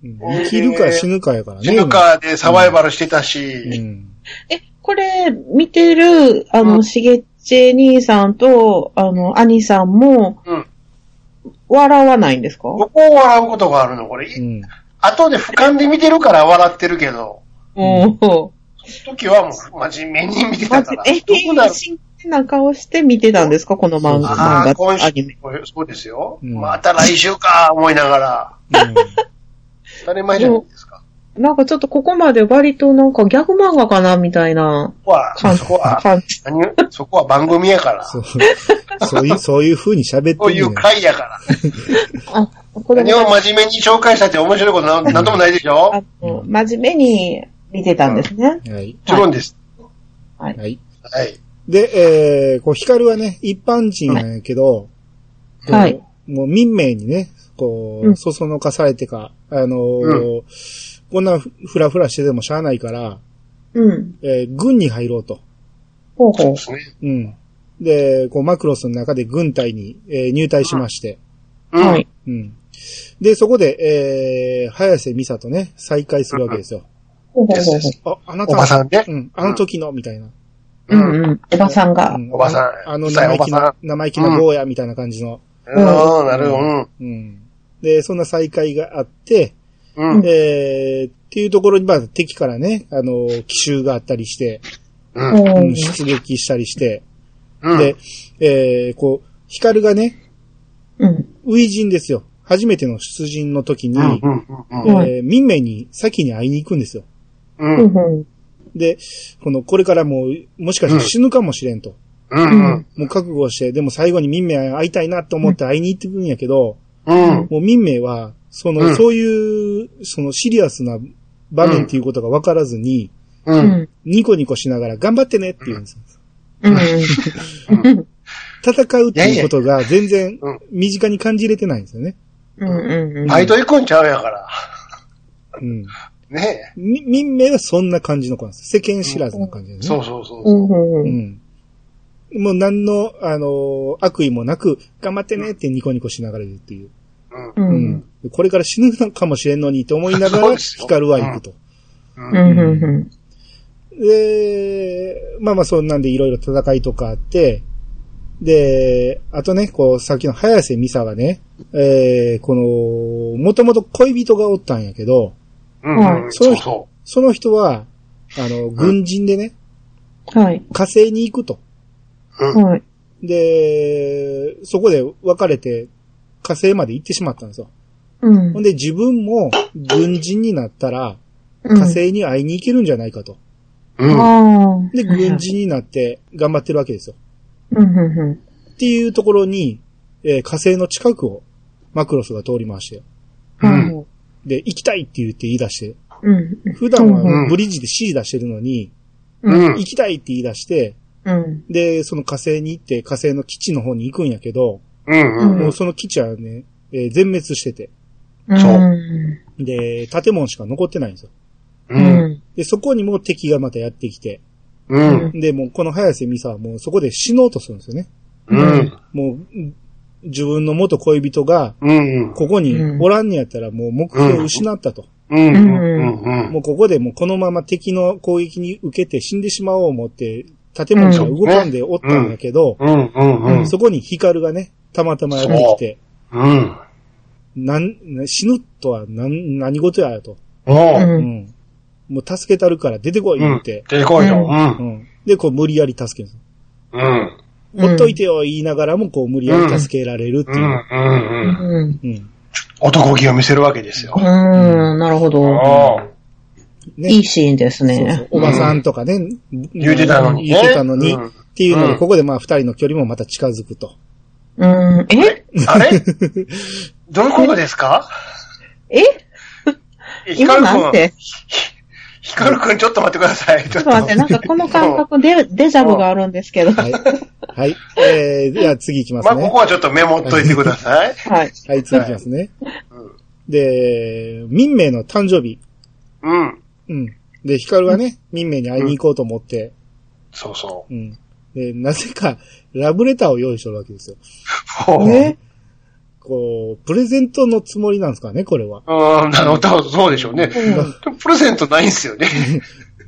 Speaker 1: うん生きるか死ぬかやからね。
Speaker 2: 死ぬかでサバイバルしてたし。
Speaker 1: 今。うん。
Speaker 3: え、これ見てる、あ
Speaker 2: う
Speaker 3: の、
Speaker 2: ん
Speaker 3: しげっち兄さんと、あの、兄さんも、
Speaker 2: うん
Speaker 3: 笑わないんですか
Speaker 2: ここを笑うことがあるの、これ。
Speaker 1: うん。
Speaker 2: 後で俯瞰で見てるから笑ってるけど、
Speaker 3: うん。
Speaker 2: 時はもう真面目に見て
Speaker 3: マ
Speaker 2: た
Speaker 3: ジ
Speaker 2: から。
Speaker 3: え、
Speaker 2: どうなる
Speaker 3: 真剣な顔して見てたんですかこの漫画、
Speaker 2: あ
Speaker 3: 漫
Speaker 2: あ、
Speaker 3: 画
Speaker 2: 今
Speaker 3: ア
Speaker 2: 週
Speaker 3: ニメ。、
Speaker 2: そうですよ。
Speaker 1: うん
Speaker 2: また来週か、思いながら。
Speaker 1: うん
Speaker 2: 当たり前じゃないですか。
Speaker 3: なんかちょっとここまで割となんかギャグ漫画かなみたいな
Speaker 2: こは、
Speaker 3: 感
Speaker 2: そこは、
Speaker 3: 感じ。
Speaker 2: 何をそこは番組やから。
Speaker 1: そう、そういう、そういう風に喋
Speaker 2: そ
Speaker 1: っ
Speaker 2: う
Speaker 1: て
Speaker 2: い
Speaker 1: る
Speaker 2: うん
Speaker 1: だよ。
Speaker 2: 回やから。
Speaker 3: あ、これ
Speaker 2: 何
Speaker 3: も
Speaker 2: を真面目に紹介したって面白いことなんなんともないでしょ
Speaker 3: あの、真面目に見てたんですね。
Speaker 1: はい。
Speaker 2: もちろんです。
Speaker 1: はい。
Speaker 2: はい。
Speaker 1: で、えー、こう、ヒカルはね、一般人なんやけど、こう
Speaker 3: はい。
Speaker 1: もう民名にね、こ
Speaker 3: う
Speaker 1: う、
Speaker 3: ん
Speaker 1: そそのかされてか、あのーこんなふふらふらしててもしゃあないから、
Speaker 3: うん。
Speaker 1: えー軍に入ろうと。
Speaker 3: ほう
Speaker 2: そう
Speaker 3: ほ
Speaker 2: ですね。
Speaker 1: うん。で、こう、マクロスの中で軍隊に、えー入隊しまして、
Speaker 3: う。
Speaker 2: うん。
Speaker 3: はい。
Speaker 1: うん。で、そこで、えー、早瀬美沙とね、再会するわけですよ。
Speaker 3: ほうほうほうほう。
Speaker 1: あ、あな
Speaker 2: お
Speaker 1: た、
Speaker 2: ばさんね。
Speaker 1: うん、あの時の、みたいな。
Speaker 3: う。んうん。おばさんが
Speaker 1: う。ん
Speaker 2: おばさん
Speaker 1: あの、あの
Speaker 2: 実際
Speaker 1: 生意気
Speaker 2: おばさ
Speaker 1: な、生意気な坊や、みたいな感じの。
Speaker 2: うん、なるほど。
Speaker 1: うん。で、そんな再会があって、
Speaker 2: うん。うん。
Speaker 1: えー、っていうところに、まあ、敵からね、あの、奇襲があったりして、
Speaker 2: う。
Speaker 3: うん
Speaker 1: うんん、。出撃したりして、
Speaker 2: うん。
Speaker 1: で、えー、こう、ヒカルがね、
Speaker 3: うん。
Speaker 1: 初陣ですよ。初めての出陣の時に、
Speaker 2: うん。うん。うん。
Speaker 3: ん
Speaker 1: えー、民名に先に会いに行くんですよ。
Speaker 2: うん。
Speaker 3: う
Speaker 2: うんん。
Speaker 3: うん。
Speaker 1: で、この、これからもう、もしかして死ぬかもしれんと。
Speaker 2: うん。
Speaker 1: もう覚悟して、でも最後に民名会いたいなと思って会いに行ってくるんやけど、
Speaker 2: うん。
Speaker 1: もう民名は、その、
Speaker 2: うん
Speaker 1: そういう、そのシリアスな場面っていうことが分からずに、
Speaker 2: う。
Speaker 3: うんん。
Speaker 1: ニコニコしながら頑張ってねって言うんですよ。
Speaker 3: うん。うん。
Speaker 1: 戦うっていうことが全然
Speaker 2: うん
Speaker 1: 身近に感じれてないんですよね。
Speaker 3: うん。うん。
Speaker 2: バイト行くんちゃうんやから。
Speaker 1: うん。
Speaker 2: ね
Speaker 1: み民名はそんな感じの子なんです。世間知らずな感じで
Speaker 2: え。
Speaker 1: すね。
Speaker 2: そうそうそう
Speaker 3: う
Speaker 2: そう。
Speaker 3: ん。うん。う。
Speaker 1: うんん。もう何の、あのー悪意もなく、頑張ってねってニコニコしながら言うっていう。
Speaker 2: うん。
Speaker 3: う。。
Speaker 1: うんこれから死ぬのかもしれんのにと思いなが
Speaker 2: そう
Speaker 1: ら、
Speaker 2: ですよ
Speaker 1: ヒカルは行くと。
Speaker 3: うん。うん。
Speaker 1: で、まあまあそんなんでいろいろ戦いとかあって、で、あとね、こう、さっきの早瀬美沙がね、えー、この、もともと恋人がおったんやけど、
Speaker 2: うん。そうそ
Speaker 1: その人は、あの、軍人でね、
Speaker 3: はい。
Speaker 1: 火星に行くと。
Speaker 2: う。うん。
Speaker 3: はい。
Speaker 1: で、そこで別れて、火星まで行ってしまったんですよ。
Speaker 3: うん
Speaker 1: ほん。で自分も軍人になったら、
Speaker 3: 火
Speaker 1: 火。星に会いに行けるんじゃないかと。
Speaker 2: うん。うん。
Speaker 3: ああ。
Speaker 1: で、軍。人になって頑張ってるわけですよ。
Speaker 3: うん。うん。うん。
Speaker 1: っていうところに、えー火星の近くをマクロスが通りまして、
Speaker 3: うん。
Speaker 1: で、行きたいって言って言い出して、
Speaker 3: うん。
Speaker 1: 普段
Speaker 2: うん
Speaker 1: はブリッジで C 出してるのに、
Speaker 2: う
Speaker 1: 行
Speaker 2: ん。
Speaker 1: きたいって言い出して、
Speaker 3: うん。
Speaker 1: で、その火星に行って火星の基地の方に行くんやけど、
Speaker 2: うん。
Speaker 1: もうその基地はね、えー全滅してて、
Speaker 3: うん。
Speaker 1: で、建物しか残ってないんですよ。
Speaker 2: う。
Speaker 3: うんん。。
Speaker 1: で、そこにも敵がまたやってきて、
Speaker 2: うん。
Speaker 1: で、もうこの早瀬美沙はもうそこで死のうとするんですよね。
Speaker 2: うん。
Speaker 1: もうん自分の元恋人が、
Speaker 2: うん。
Speaker 1: ここにおらんにやったらもう目標を失ったと。
Speaker 2: うん。うん。
Speaker 1: もうここでもうこのまま敵の攻撃に受けて死んでしまおう思って、建物が動かんでおったんだけど、
Speaker 2: うん。うん。
Speaker 1: そこにヒカルがね、たまたまやってきて、
Speaker 2: うん。
Speaker 1: なん、死ぬとは何、何事やと。
Speaker 2: おう。
Speaker 1: うんん。もう助けたるから出てこい
Speaker 2: うん
Speaker 1: 言って。。
Speaker 2: でこいよ。
Speaker 1: うん。で、こう無理やり助けるんです。
Speaker 2: うん。うん。
Speaker 1: ほっといてよ言いながらも、こう無理やり助けられるって
Speaker 2: う
Speaker 1: いう。
Speaker 2: ん。うん。うん。
Speaker 3: うん。
Speaker 1: うん。
Speaker 2: 男気を見せるわけですよ。
Speaker 3: うん。なるほど。
Speaker 2: ああ。
Speaker 1: ね
Speaker 3: いいシーンです
Speaker 1: そうそ
Speaker 3: ね
Speaker 1: う。。おばさんとかね。
Speaker 2: 言うてたのにね
Speaker 1: 言うてたのに。
Speaker 2: うん
Speaker 1: っていうの
Speaker 2: う
Speaker 1: で、
Speaker 2: ん
Speaker 1: ここでまあ二人の距離もまた近づくと。
Speaker 3: うん。え
Speaker 2: あれどういうことですか
Speaker 3: え
Speaker 2: ヒカ
Speaker 3: 今
Speaker 2: ル
Speaker 3: な
Speaker 2: 君、
Speaker 3: んて
Speaker 2: ヒカル君ちょっと待ってください。ち
Speaker 3: ち
Speaker 2: ょっ
Speaker 3: ょっと待って、なんかこの感覚で、デジャブがあるんですけど。は
Speaker 1: はい。はい。えー、じゃあ次行きます
Speaker 2: まあ、
Speaker 1: ね。
Speaker 2: ここはちょっとメモっといてください。
Speaker 3: い。
Speaker 1: はい、次行きますね。
Speaker 2: うん
Speaker 1: で、民名の誕生日。
Speaker 2: うん。
Speaker 1: うん。で、ヒカルはね、民名に会いに行こうと思って、
Speaker 2: そうそ
Speaker 1: うん。で、なぜか、ラブレターを用意してるわけですよ。
Speaker 2: う。ほう
Speaker 3: ね
Speaker 1: こう、プレゼントのつもりなんですかね、これは。
Speaker 2: うん、なるほど。そうでしょうね。
Speaker 3: うん
Speaker 2: でもプレゼントないんすよね。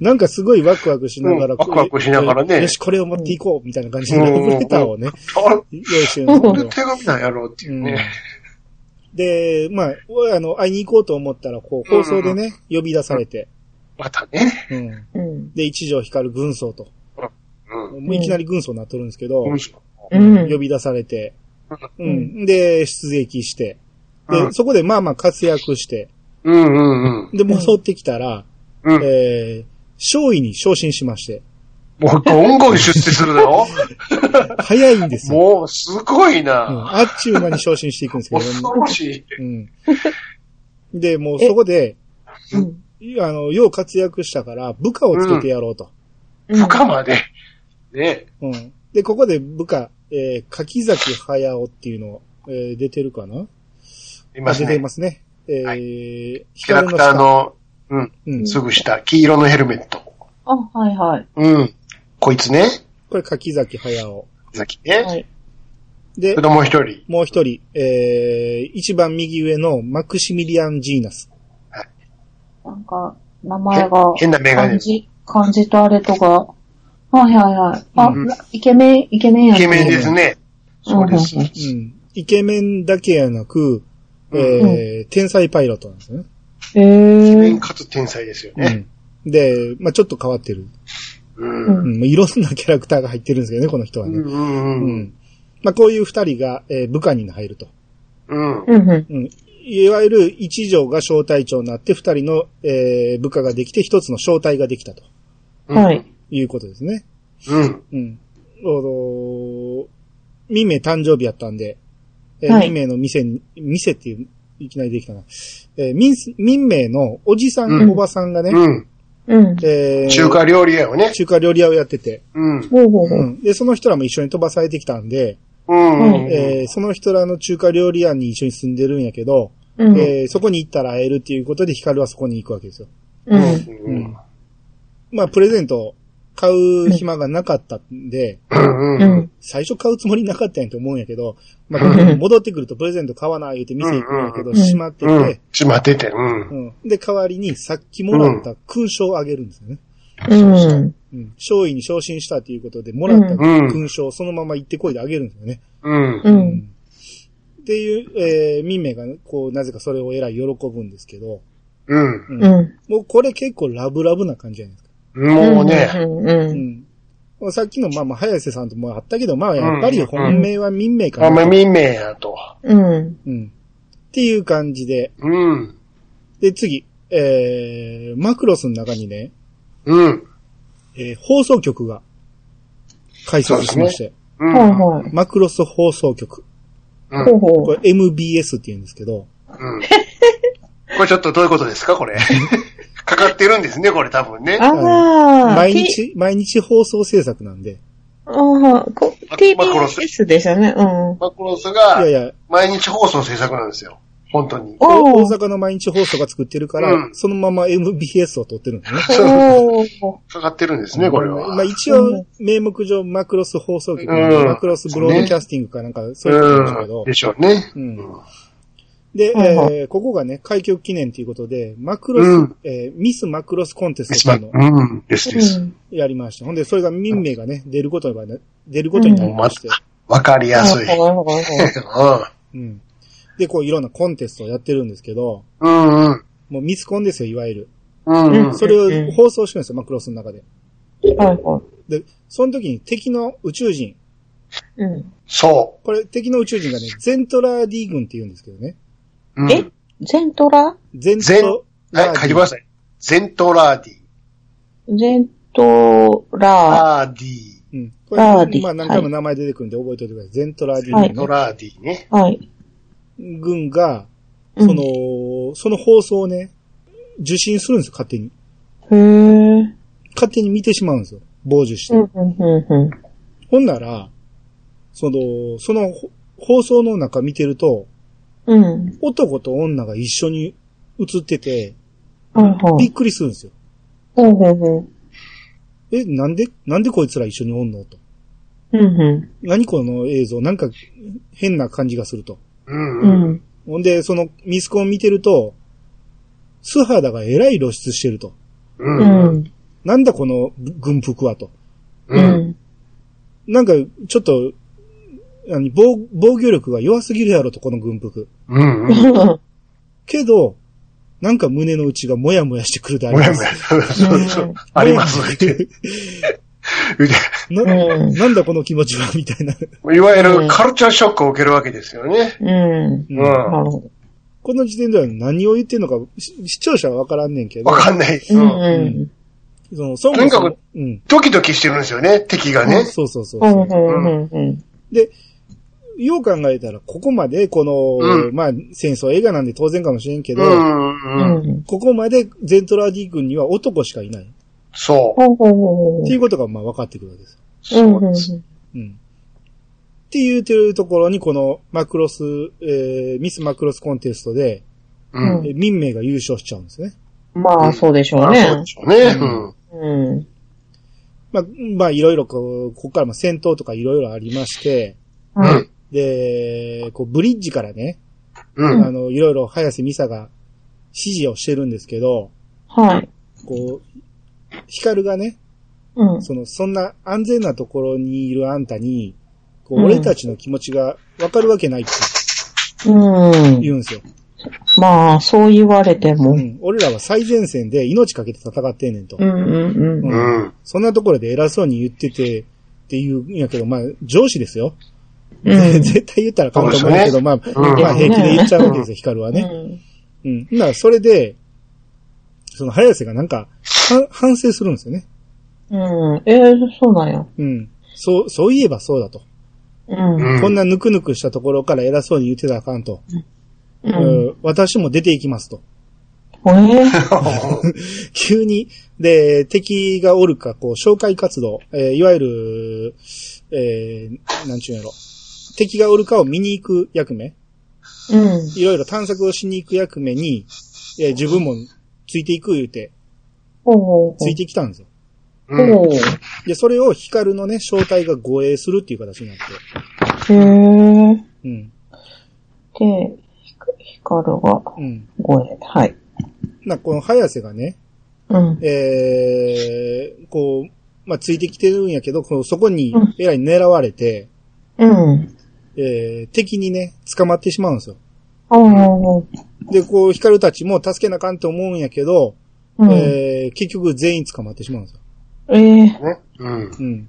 Speaker 1: なんかすごいワクワクしながら、
Speaker 2: うんワクワクしながらね
Speaker 1: よし、これを持っていこう、みたいな感じで、
Speaker 2: うん
Speaker 1: ラブレターをね、
Speaker 2: あ
Speaker 1: 用意してるんです
Speaker 2: こ
Speaker 1: け
Speaker 2: れ
Speaker 1: ど。
Speaker 2: 手紙なんやろうっていうね。
Speaker 1: で、まあ、あの、会いに行こうと思ったら、こう、放送でね、呼び出されて、
Speaker 2: またね。
Speaker 1: うん。
Speaker 3: うん。
Speaker 1: で、一条光軍曹と。
Speaker 2: うん。
Speaker 1: もういきなり軍曹になっとるんですけど、
Speaker 2: うん。
Speaker 3: うん。
Speaker 1: 呼び出されて、
Speaker 2: う
Speaker 1: うん。で、出撃して、
Speaker 2: う
Speaker 1: で、
Speaker 2: ん
Speaker 1: そこでまあまあ活躍して、
Speaker 2: うんうんうん。
Speaker 1: で、戻ってきたら、
Speaker 2: うん。
Speaker 1: えー、少尉に昇進しまして、
Speaker 2: もう、ゴンゴン出世するだろ
Speaker 1: 早いんですよ。
Speaker 2: もう、すごい
Speaker 1: うん、
Speaker 2: な。
Speaker 1: あっちゅう間に昇進していくんですけど、
Speaker 2: 恐ろしい。
Speaker 1: うん。で、もうそこで、
Speaker 3: うん。
Speaker 1: あの、よう活躍したから、部下をつけてやろうと。
Speaker 2: 部下まで。ね。
Speaker 1: うん。で、ここで部下、えー、柿崎駿っていうの、えー出てるかない
Speaker 2: ます
Speaker 1: 出てい
Speaker 2: ね
Speaker 1: ますね。えー
Speaker 2: はキャラ
Speaker 1: 光
Speaker 2: ク
Speaker 1: の
Speaker 2: タ
Speaker 1: 下。
Speaker 2: ーの、うん、
Speaker 1: うん。
Speaker 2: すぐ下、黄色のヘルメット。
Speaker 3: あ、はいはい。
Speaker 2: うん。こいつね。
Speaker 1: これ柿崎駿。
Speaker 2: さっきね。
Speaker 3: はい。
Speaker 1: で
Speaker 2: それ、ともう一人。
Speaker 1: もう一人、えー、一番右上のマクシミリアン・ジーナス。
Speaker 3: なんか、名前が、
Speaker 2: 変なメガネ
Speaker 3: 漢。字、漢字とあれとか。はいはいはい。あ、
Speaker 2: うん
Speaker 3: なイケメン、イケメンや。
Speaker 2: イケメンですすね。そうです。
Speaker 1: うん。イケメンだけやなく、えー天才パイロットなんですね。
Speaker 3: へ
Speaker 2: イケメン
Speaker 3: ー。
Speaker 2: かつ天才ですよ
Speaker 1: う
Speaker 2: ね。
Speaker 1: ん。で、まあちょっと変わってる。
Speaker 2: うん。
Speaker 3: う
Speaker 2: うん
Speaker 3: ん。
Speaker 1: うん。いろんなキャラクターが入ってるんですけどね、この人は
Speaker 2: う。
Speaker 1: ね。うんん。まあこういう二人が、えー部下に入ると。
Speaker 2: うん。
Speaker 3: うんうん。
Speaker 1: うん。いわゆる一条が小隊長になって、二人の、えー部下ができて、一つの小隊ができたと
Speaker 2: うん
Speaker 3: はい。
Speaker 1: いうことですね。
Speaker 2: うん。
Speaker 1: うん。あの、ミメ誕生日やったんで、えー
Speaker 3: はい
Speaker 1: ミメの店に、店っていう、いきなりできたな。えー、ミンス、ミンメのおじさん、
Speaker 2: うん
Speaker 1: おばさんがね、
Speaker 2: うん。
Speaker 3: うん。
Speaker 1: えー
Speaker 2: 中華料理屋をね。
Speaker 1: 中華料理屋をやってて、
Speaker 2: うん。
Speaker 3: ほうほうほ
Speaker 1: う
Speaker 3: う。
Speaker 1: ん。で、その人らも一緒に飛ばされてきたんで、
Speaker 2: うん。
Speaker 1: えーその人らの中華料理屋に一緒に住んでるんやけど、
Speaker 3: うん。
Speaker 1: えーそこに行ったら会えるっていうことで、ヒカルはそこに行くわけですよ。
Speaker 3: う。
Speaker 2: うんん。
Speaker 1: まあ、プレゼントを買う暇がなかったんで、
Speaker 2: うん。う
Speaker 3: う
Speaker 2: ん。
Speaker 3: ん。
Speaker 1: 最初買うつもりなかったんやと思うんやけ ど、ま
Speaker 3: う
Speaker 1: あ、
Speaker 3: ん
Speaker 1: 戻ってくるとプレゼント買わない言うて店行くんやけ
Speaker 2: う
Speaker 1: ど、
Speaker 3: んうん
Speaker 1: 閉まって
Speaker 2: うん
Speaker 1: て、。
Speaker 2: ちまってて。うん。
Speaker 1: うんで、代わりにさっきもらった勲章をあげるんですよね。
Speaker 3: うん。
Speaker 1: うん。少尉に昇進したということで、もらった
Speaker 2: うん
Speaker 1: 勲章をそのまま行ってこいであげるんですよね。
Speaker 2: うん。
Speaker 3: う。
Speaker 1: うんっていう、えー、民名がね、こう、なぜかそれをえらい喜ぶんですけど、
Speaker 2: うん。
Speaker 1: う。
Speaker 3: うんん。
Speaker 1: もうこれ結構ラブラブな感じじゃないですか。
Speaker 2: もうね。
Speaker 3: うん。う。
Speaker 1: うんん。まあさっきの、まあまあ、早瀬さんともあったけど、まあ、やっぱり本命は民名かな。
Speaker 2: あんま見めやと。
Speaker 3: うん。
Speaker 1: うん。っていう感じで。
Speaker 2: うん。
Speaker 1: で、次、えー、マクロスの中にね、
Speaker 2: うん。
Speaker 1: えー放送局が開設しまして、
Speaker 2: う
Speaker 3: はい
Speaker 2: ん。
Speaker 3: はい。
Speaker 1: マクロス放送局。
Speaker 2: うん
Speaker 3: ほうほ
Speaker 1: こ
Speaker 3: う。
Speaker 1: れ MBS って言うんですけど、
Speaker 2: うんこれちょっとどういうことですかこれ。 かかってるんですね、これ多分ね。
Speaker 3: あらー。
Speaker 1: 毎日、毎日放送制作なんで、
Speaker 3: ああ、こ
Speaker 2: マクロス
Speaker 3: TBS でしたね。うん。
Speaker 2: マクロ
Speaker 1: い
Speaker 2: ス
Speaker 1: やい
Speaker 2: が
Speaker 1: や、
Speaker 2: 毎日放送制作なんですよ。本当に。
Speaker 3: お
Speaker 1: 大
Speaker 3: ー
Speaker 1: 阪の毎日放送が作ってるから、
Speaker 2: うん
Speaker 1: そのまま MBS を撮ってるんですね。
Speaker 3: おー
Speaker 2: かかってるんですね、これ
Speaker 1: まあ
Speaker 2: は。
Speaker 1: 一応、名目上マクロス放送局なんで、
Speaker 2: うん
Speaker 1: マクロスブロードキャスティングかなんか、そういうことなんですけ
Speaker 2: う
Speaker 1: ど
Speaker 2: ん。、でしょうね。
Speaker 1: うん
Speaker 2: うん
Speaker 1: で、
Speaker 3: はいはい
Speaker 1: えーここがね、開局記念ということで、マクロス、
Speaker 2: うん
Speaker 1: えーミスマクロスコンテス
Speaker 2: 一
Speaker 1: トっ
Speaker 2: 番
Speaker 1: ていうのを
Speaker 2: うん。ですです。
Speaker 1: やりました。ほんで、それが民名がね、出ることがね、出ることになりまして、
Speaker 2: わかりやすい。
Speaker 3: ほうほうほうほう
Speaker 1: うんで、こういろんなコンテストをやってるんですけど、
Speaker 2: うんうん。
Speaker 1: もうミスコンですよ、いわゆる。
Speaker 2: うんうん。
Speaker 1: それを放送してるんですよ、マクロスの中で。
Speaker 3: はいは
Speaker 1: で、その時に敵の宇宙人、
Speaker 3: い。うん。
Speaker 2: そ
Speaker 1: これ敵の宇宙人がね、ゼントラー D 軍って言うんですけどね。
Speaker 2: う。うん
Speaker 3: えゼントラ
Speaker 1: ゼン
Speaker 2: ゼン
Speaker 1: ト、ラー
Speaker 2: はい、
Speaker 1: ディ
Speaker 2: 書いてください。ゼントラーディ。
Speaker 3: ゼントラ
Speaker 2: ラーディ。
Speaker 1: うん。こ
Speaker 3: ラー
Speaker 1: れ、
Speaker 3: ディ
Speaker 1: まあ何回も名前出てくるんで覚えておいてください。ゼントラー D
Speaker 3: はい
Speaker 2: ゼント
Speaker 1: 軍
Speaker 2: ラーディね。
Speaker 3: ー。はい。
Speaker 1: の軍が、
Speaker 3: うん
Speaker 1: その、その放送をね、受信するんですよ、勝手に。
Speaker 3: へー。
Speaker 1: 勝手に見てしまうんですよ。傍受して。
Speaker 3: うん、うん、うん、
Speaker 1: ほんなら、その、そのほ放送の中見てると、
Speaker 3: うん。うん。
Speaker 1: 男と女が一緒に映ってて、
Speaker 3: はいは
Speaker 1: びっ
Speaker 3: い。
Speaker 1: くりするんですよ。
Speaker 3: ほうほうほう。
Speaker 1: え、なんで、なんでこいつら一緒におんのと。
Speaker 3: うん、う
Speaker 1: 何この映像、なんか変な感じがすると。
Speaker 2: うんう。
Speaker 3: ん。うんん。
Speaker 1: ほんで、そのミスコン見てると、素肌がえらい露出してると。
Speaker 2: う。
Speaker 3: うんん。
Speaker 1: なんだこの軍服はと。
Speaker 2: う。
Speaker 3: うんん。
Speaker 1: なんか、ちょっと、何防、防御力が弱すぎるやろと、この軍服。
Speaker 2: うん。うん。
Speaker 3: う
Speaker 1: けど、なんか胸の内がもやもやしてくるであり
Speaker 2: もや
Speaker 1: ま
Speaker 2: も
Speaker 1: す。
Speaker 2: や。そうそう。あり ます。
Speaker 1: な、
Speaker 3: ん。
Speaker 1: なんだこの気持ちは、みたいな。
Speaker 2: いわゆるカルチャーショックを受けるわけですよね。
Speaker 3: うん。
Speaker 2: うん。
Speaker 3: なるほど。
Speaker 1: この時点では何を言ってんのか、し視聴者はわからんねんけど
Speaker 2: わ、かんない。
Speaker 3: うん
Speaker 2: うん
Speaker 3: うん。
Speaker 1: その、そもそ
Speaker 2: とに
Speaker 1: も
Speaker 2: か、
Speaker 1: うん。
Speaker 2: ドキドキしてるんですよね、敵がね。
Speaker 1: そうそうそう
Speaker 3: う
Speaker 1: そ
Speaker 3: ん
Speaker 1: う。
Speaker 3: うんうん
Speaker 1: よう考えたら、ここまで、この、
Speaker 2: う
Speaker 1: まあ、戦争映画なんで当然かもしれんけ
Speaker 2: う
Speaker 1: ど、
Speaker 2: ん
Speaker 3: う
Speaker 2: うん
Speaker 3: ん
Speaker 2: うん。
Speaker 3: うん。
Speaker 1: ここまでゼントラーディ軍には男しかいない。っ
Speaker 2: そう。
Speaker 3: ほうほうほうほう
Speaker 1: ていうことが、まあ、分かってくるわけです。
Speaker 2: そうです。
Speaker 1: うん。っていうてるところに、このマクロス、えー、ミスマクロスコンテストで、
Speaker 2: う
Speaker 3: うん
Speaker 2: ん。
Speaker 1: えー民名が優勝しちゃうんですね。
Speaker 3: まあ、そうでしょう
Speaker 2: あ
Speaker 3: ね。
Speaker 2: そうでしょうね。う
Speaker 1: うん
Speaker 2: ん。
Speaker 3: うん。
Speaker 1: まあ、まあ、いろいろこう、ここからも戦闘とかいろいろありまして、
Speaker 2: う
Speaker 3: は
Speaker 2: ん
Speaker 3: い。
Speaker 1: で、こう、ブリッジからね、
Speaker 2: うん。
Speaker 1: あの、いろいろ早瀬美沙が指示をしてるんですけど、
Speaker 3: はい。
Speaker 1: こう、ヒカルがね、
Speaker 3: うん。
Speaker 1: その、そんな安全なところにいるあんたに、こう、
Speaker 3: うん
Speaker 1: 俺たちの気持ちがわかるわけないって
Speaker 3: うん。
Speaker 1: 言うんですよ。
Speaker 3: まあ、そう言われても。
Speaker 1: う
Speaker 3: うん
Speaker 1: ん。俺らは最前線で命かけて戦ってんねんと。
Speaker 3: うんうん。
Speaker 2: うん。
Speaker 1: そんなところで偉そうに言ってて、って言うんやけど、まあ、上司ですよ。
Speaker 3: うん。
Speaker 1: 絶対言ったらあかんと思うけ
Speaker 2: そうです
Speaker 1: ど、
Speaker 2: ね
Speaker 1: まあ、
Speaker 2: うん
Speaker 1: まあ平気で言っちゃうわけですよ、ヒカルは
Speaker 3: う
Speaker 1: ね。
Speaker 3: ん。
Speaker 1: うん。なら、それで、その、早瀬がなんか、反反省するんですよね。
Speaker 3: うん。えー、そうなんや。
Speaker 1: うん。そう、そういえばそうだと。
Speaker 3: うん。
Speaker 2: うん。
Speaker 1: こんなぬくぬくしたところから偉そうに言ってたらあかんと。
Speaker 3: うん。
Speaker 1: うん私も出ていきますと。
Speaker 3: えー、
Speaker 1: 急に、で、敵がおるか、こう、紹介活動、えーいわゆる、えーなんちゅうんやろ。敵がおるかを見に行く役目
Speaker 3: うん。
Speaker 1: いろいろ探索をしに行く役目に、えー自分もついていく言うて、
Speaker 3: ほうほうほう。
Speaker 1: ついてきたんですよ。
Speaker 2: う
Speaker 3: ほ
Speaker 2: ん。
Speaker 3: う。
Speaker 1: で、それをヒカルのね、正体が護衛するっていう形になって。
Speaker 3: へー。
Speaker 1: うん。
Speaker 3: で、ひかヒカルが
Speaker 1: うん。
Speaker 3: 声。はい。
Speaker 1: な、この早瀬がね、
Speaker 3: うん。
Speaker 1: えー、こう、まあ、ついてきてるんやけど、こうそこに
Speaker 3: うん、
Speaker 1: えらい狙われて、
Speaker 3: うん。
Speaker 1: えー、敵にね、捕まってしまうんですよ。
Speaker 3: ほうほうほ
Speaker 1: で、こう、ヒカルたちも助けなあかんと思うんやけど、
Speaker 3: う。うん。
Speaker 1: えー、結局全員捕まってしまうんですよ。
Speaker 3: えー、
Speaker 2: ね。うん。
Speaker 1: うん。